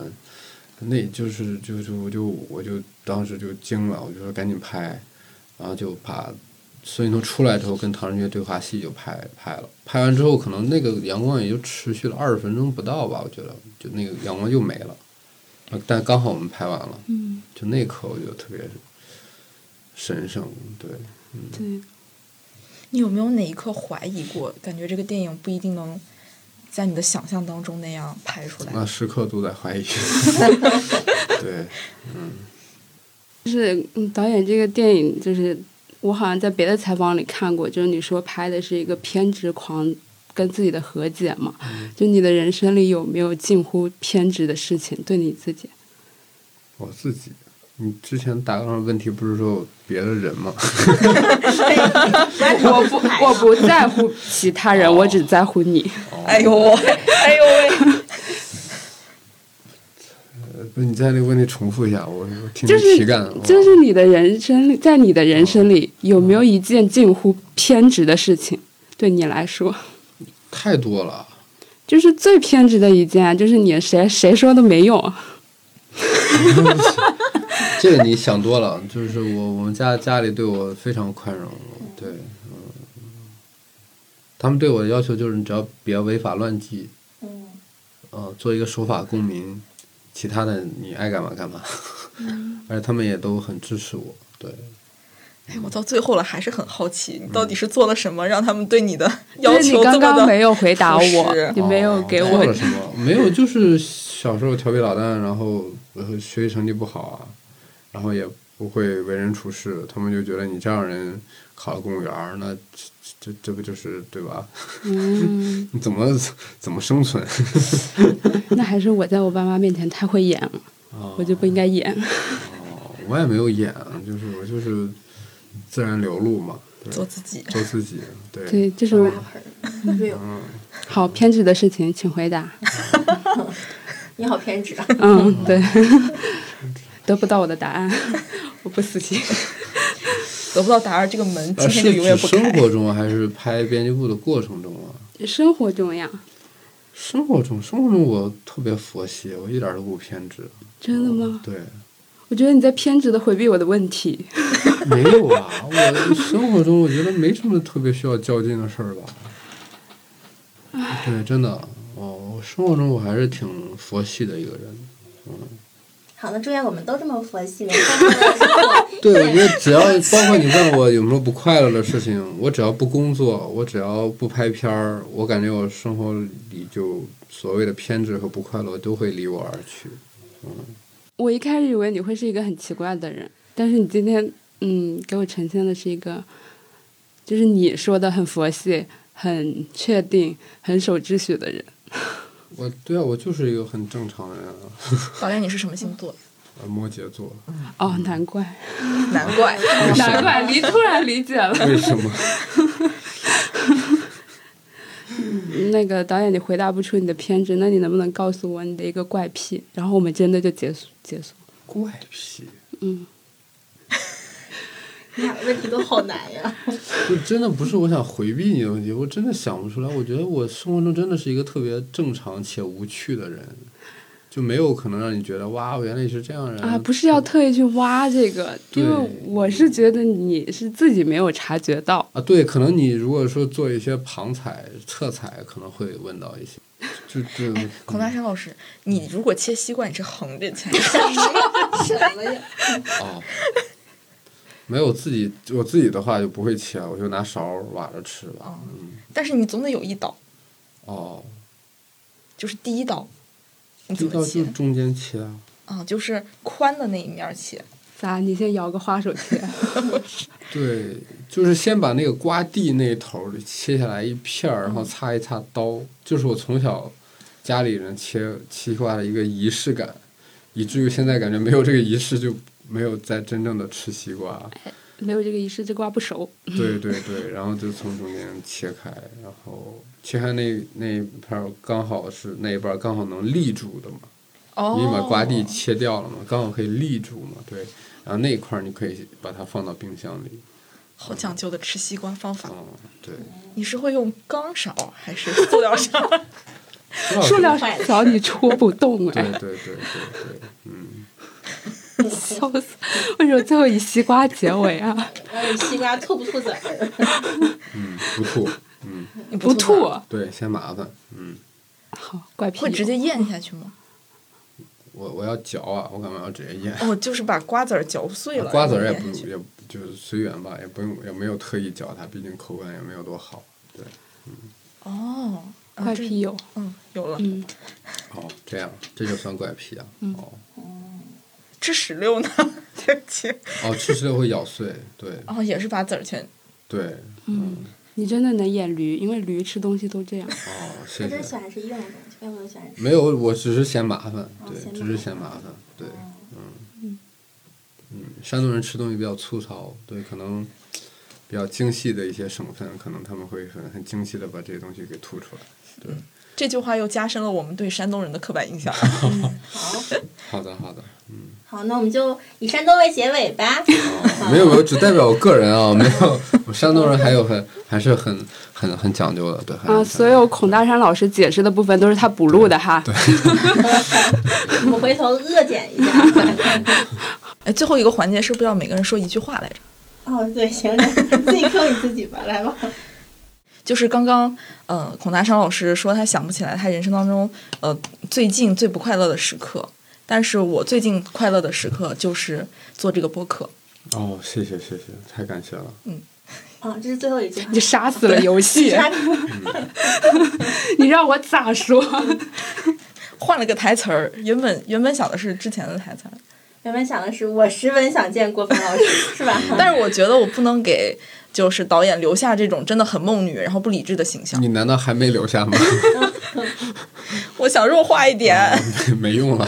Speaker 4: 那就是就就我就我就当时就惊了，我就说赶紧拍，然后就把。孙运通出来之后，跟唐人街对话戏就拍拍了。拍完之后，可能那个阳光也就持续了二十分钟不到吧，我觉得，就那个阳光又没了。呃但刚好我们拍完了，
Speaker 3: 嗯、
Speaker 4: 就那一刻我觉得特别神圣，对，嗯。
Speaker 3: 对。
Speaker 2: 你有没有哪一刻怀疑过，感觉这个电影不一定能在你的想象当中那样拍出来？
Speaker 4: 那时刻都 在怀疑。对，嗯。
Speaker 3: 就是嗯导演这个电影就是。我好像在别的采访里看过，就是你说拍的是一个偏执狂跟自己的和解嘛？
Speaker 4: 嗯、
Speaker 3: 就你的人生里有没有近乎偏执的事情？对你自己，
Speaker 4: 我自己，你之前答案问题不是说别的人吗？
Speaker 3: 我不，我不在乎其他人，我只在乎你。
Speaker 4: 哦、
Speaker 2: 哎呦，哎呦喂！
Speaker 4: 不，呃你在那个问题重复一下，我我挺
Speaker 3: 就是
Speaker 4: 体感。
Speaker 3: 就是你的人生里，在你的人生里，有没有一件近乎偏执的事情？对你来说，
Speaker 4: 太多了。啊
Speaker 3: 就是最偏执的一件，啊就是你谁谁说都没用。
Speaker 4: 这个你想多了，就是我我们家家里对我非常宽容，对，嗯，他们对我的要求就是你只要别违法乱纪，
Speaker 1: 嗯，
Speaker 4: 呃，做一个守法公民，其他的你爱干嘛干嘛，
Speaker 3: 嗯
Speaker 4: 而且他们也都很支持我，对，
Speaker 2: 哎，我到最后了还是很好奇，你到底是做了什么，让他们对你的要
Speaker 3: 就是
Speaker 2: 求
Speaker 3: 你
Speaker 2: 这
Speaker 3: 刚
Speaker 2: 么的哦
Speaker 3: 刚没有回答
Speaker 2: 朴
Speaker 3: 我
Speaker 2: 实，
Speaker 3: 你没有给
Speaker 4: 做
Speaker 3: 我
Speaker 4: 了什么？没哦有，就是小时候调皮捣蛋，然后呃学习成绩不好啊，然后也不会为人处事，他们就觉得你这样人考了公务员儿，那这这这不就是对吧？
Speaker 3: 嗯，
Speaker 4: 你怎么 怎么生存？
Speaker 3: 那还是我在我爸妈面前太会演了，我就不应该演。
Speaker 4: 我也没有演，啊就是我就是自然流露嘛，对
Speaker 2: 做自己。
Speaker 4: 做自己，对
Speaker 3: 对，这
Speaker 1: 哦
Speaker 3: 种
Speaker 1: real，
Speaker 4: 嗯
Speaker 3: 好偏执的事情，请回答。
Speaker 1: 你好偏执啊！
Speaker 3: 嗯，对， 得不到我的答案， 我不死心。
Speaker 2: 得不到答案，这个门今
Speaker 4: 呃是
Speaker 2: 天就永远
Speaker 4: 指
Speaker 2: 不
Speaker 4: 生
Speaker 2: 开。
Speaker 4: 活中还是拍编辑部的过程中啊？
Speaker 3: 生活中呀，
Speaker 4: 生活中，生活中我特别佛系，我一点儿都不偏执。
Speaker 3: 真的吗？
Speaker 4: 对，
Speaker 3: 我觉得你在偏执的回避我的问题。
Speaker 4: 没有啊，我生活中我觉得没什么特别需要较劲的事儿吧。对，真的，哦，我生活中我还是挺佛系的一个人。
Speaker 1: 好的，祝愿我们都这么佛系，人生中的生活
Speaker 4: 对，我觉得只要包括你问我有没有不快乐的事情，我只要不工作，我只要不拍片儿，我感觉我生活里就所谓的偏执和不快乐都会离我而去。
Speaker 3: 我一开始以为你会是一个很奇怪的人，但是你今天嗯给我呈现的是一个，就是你说的很佛系、很确定、很守秩序的人。
Speaker 4: 我对啊，我就是一个很正常的人啊，
Speaker 2: 导演，你是什么星座？
Speaker 4: 呃摩羯座，
Speaker 3: 哦，难怪，
Speaker 2: 难怪。
Speaker 3: 难怪，离突然理解了。
Speaker 4: 为什么？
Speaker 3: 那个导演，你回答不出你的偏执，那你能不能告诉我你的一个怪癖？然后我们真的就结束结束。
Speaker 4: 怪癖，
Speaker 3: 嗯，
Speaker 1: 你俩问题都好难呀！
Speaker 4: 就真的不是我想回避你的问题，我真的想不出来。我觉得我生活中真的是一个特别正常且无趣的人，就没有可能让你觉得哇，我原来你是这样人
Speaker 3: 啊，不是要特意去挖这个，
Speaker 4: 嗯对
Speaker 3: 因为我是觉得你是自己没有察觉到。
Speaker 4: 啊，对，可能你如果说做一些旁采、侧采，可能会问到 一些，就就
Speaker 2: 哎
Speaker 4: 嗯
Speaker 2: 孔大山老师，你如果切西瓜，你是横着切，
Speaker 1: 什么 呀？
Speaker 4: 哦，没有自己，我自己的话就不会切，我就拿勺儿挖着吃吧。嗯，
Speaker 2: 但是你总得有一刀，
Speaker 4: 哦，
Speaker 2: 就是第一刀，你
Speaker 4: 这
Speaker 2: 怎
Speaker 4: 道
Speaker 2: 么
Speaker 4: 就
Speaker 2: 切？
Speaker 4: 中间切啊，
Speaker 2: 啊，就是宽的那一面切。
Speaker 3: 咋？你先摇个花手切？
Speaker 4: 对，就是先把那个瓜地那头儿切下来一片儿，然
Speaker 2: 嗯
Speaker 4: 后擦一擦刀，就是我从小家里人切西瓜的一个仪式感，以至于现在感觉没有这个仪式就没有再真正的吃西瓜。
Speaker 3: 没有这个仪式，这瓜不熟。
Speaker 4: 对对对，然后就从中间切开，然后切开那那一片儿刚好是那一半儿刚好能立住的嘛，
Speaker 2: 哦，
Speaker 4: 你把瓜地切掉了嘛，刚好可以立住嘛，对，然后那一块儿你可以把它放到冰箱里，
Speaker 2: 好讲究的吃西瓜方法。
Speaker 4: 嗯，对，
Speaker 2: 你是会用钢勺还是塑料勺？
Speaker 4: 知道
Speaker 3: 塑料
Speaker 1: 坏了
Speaker 3: 勺你戳不动
Speaker 4: 对
Speaker 3: 哎，
Speaker 4: 对对对对，嗯，
Speaker 3: 笑死！为什么最后以西瓜结尾啊？
Speaker 1: 哎，西瓜吐不吐籽儿？
Speaker 4: 嗯，不吐，嗯，
Speaker 2: 你
Speaker 3: 不
Speaker 2: 吐
Speaker 3: 吐
Speaker 2: 吗，，
Speaker 4: 对，嫌麻烦，嗯，
Speaker 3: 好怪癖。
Speaker 2: 会直接咽下去吗？
Speaker 4: 我我要嚼啊，我感觉我要直接咽，
Speaker 2: 哦，就是把瓜子儿嚼碎了，
Speaker 4: 啊瓜子儿也
Speaker 2: 然后
Speaker 4: 不
Speaker 2: 咽下去
Speaker 4: 也就是随缘吧，也不用也没有特意嚼它，毕竟口感也没有多好，对，
Speaker 2: 哦，啊
Speaker 3: 怪
Speaker 2: 这
Speaker 3: 癖有，
Speaker 2: 嗯，有了。
Speaker 3: 嗯，
Speaker 4: 哦，这样这就算怪癖啊，哦
Speaker 2: 吃石榴呢？ 对不起，
Speaker 4: 哦，吃石榴会咬碎，对
Speaker 2: 哦，也是把籽儿全。
Speaker 4: 对，
Speaker 3: 嗯你真的能演驴，因为驴吃东西都这样。
Speaker 4: 哦，
Speaker 1: 他
Speaker 4: 谢
Speaker 1: 真喜
Speaker 4: 谢，
Speaker 1: 欢吃一样的东西，怪不得喜欢吃。
Speaker 4: 没有，我只是嫌麻烦，
Speaker 1: 哦
Speaker 4: 对
Speaker 1: 嫌，
Speaker 4: 只是
Speaker 1: 麻
Speaker 4: 嫌麻烦，对，嗯嗯，山东人吃东西比较粗糙，对，可能。比较精细的一些省份，可能他们会很很精细的把这些东西给吐出来。
Speaker 2: 这句话又加深了我们对山东人的刻板印象。啊
Speaker 1: 好，
Speaker 4: 好的，好的，嗯，
Speaker 1: 好，那我们就以山东为结尾 吧。
Speaker 4: 哦没有没有，只代表我个人啊， 没有，我山东人还有很还是很很很讲究的，对。还是
Speaker 3: 啊，
Speaker 4: 很
Speaker 3: 所有孔大山老师解释的部分都是他补录的哈。
Speaker 1: 我回头恶剪一下。
Speaker 2: 哎，最后一个环节是不是要每个人说一句话来着？
Speaker 1: 哦，对，行，自己坑你自己吧，来吧。
Speaker 2: 就是刚刚，呃，孔大山老师说他想不起来他人生当中，呃，最近最不快乐的时刻。但是我最近快乐的时刻就是做这个播客。
Speaker 5: 哦，谢谢谢谢，太感谢了。
Speaker 4: 哦
Speaker 1: 啊，这是最后一句话
Speaker 3: 你。杀死了游戏，你让我咋 说？
Speaker 2: 换了个台词儿，原本原本想的是之前的台词儿，
Speaker 1: 原本想的是我十分想见郭帆老师，是 吧？
Speaker 2: 但是我觉得我不能给就是导演留下这种真的很梦女然后不理智的形象
Speaker 4: 你。难道还没留下吗？
Speaker 2: 我想弱化一点，
Speaker 4: 没用了，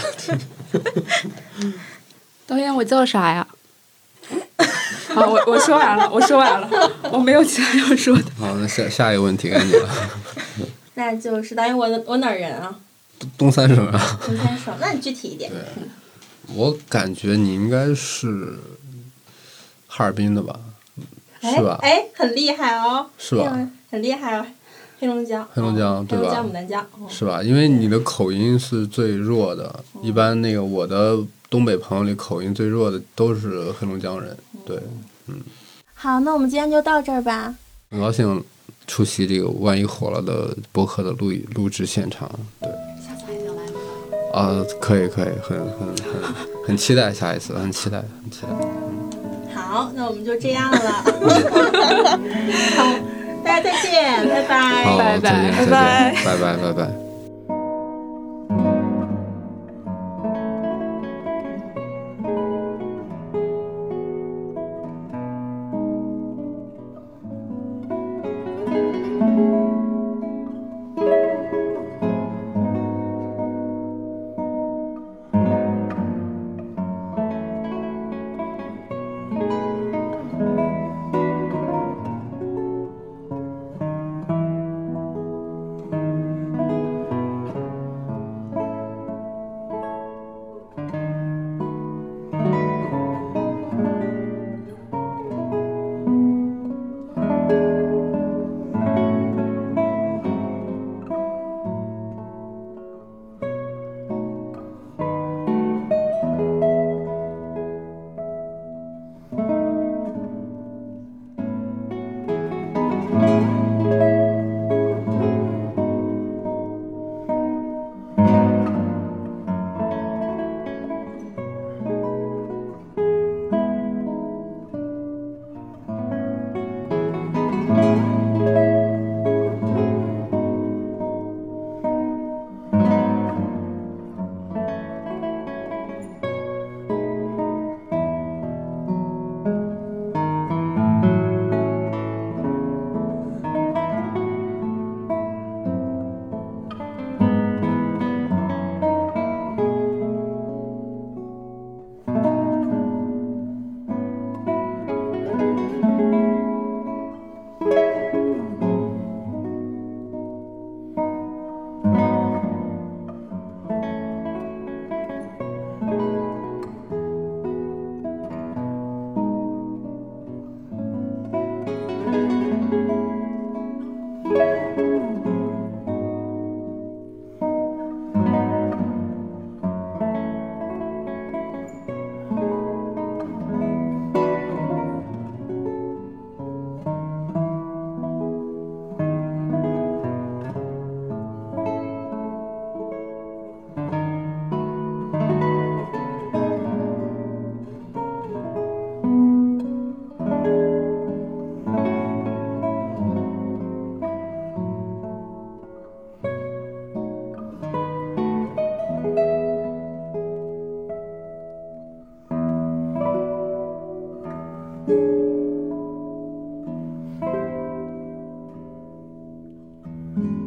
Speaker 3: 导演，我叫啥呀？ 好，我我说完了，我说完了，我没有其他要说的。
Speaker 4: 好，那下下一个问题啊该你了。
Speaker 1: 那就是导演，我我哪儿人啊？
Speaker 4: 东三省啊，
Speaker 1: 你先说，那你具体一点。
Speaker 4: 我感觉你应该是哈尔滨的吧？
Speaker 1: 哎
Speaker 4: 是吧
Speaker 1: 哎，很厉害哦，
Speaker 4: 是吧
Speaker 1: 这样很厉害哦，黑龙江，
Speaker 4: 黑龙江
Speaker 1: 哦
Speaker 4: 对吧
Speaker 1: 黑龙江、牡丹江，哦
Speaker 4: 是吧？因为你的口音是最弱的，一般那个我的东北朋友里口音最弱的都是黑龙江人。对，
Speaker 1: 好，那我们今天就到这儿吧。
Speaker 4: 很高兴出席这个万一火了的播客的录录制现场。对，
Speaker 1: 下次还想来吗？
Speaker 4: 啊，可以可以，很很很很期待下一次，很期待，很期待。
Speaker 1: 好，那我们就这样了。 好，大家再见，拜拜。
Speaker 4: 好，
Speaker 3: 拜
Speaker 4: 再见，再见，
Speaker 2: 拜
Speaker 4: 拜拜，拜拜。
Speaker 6: thank you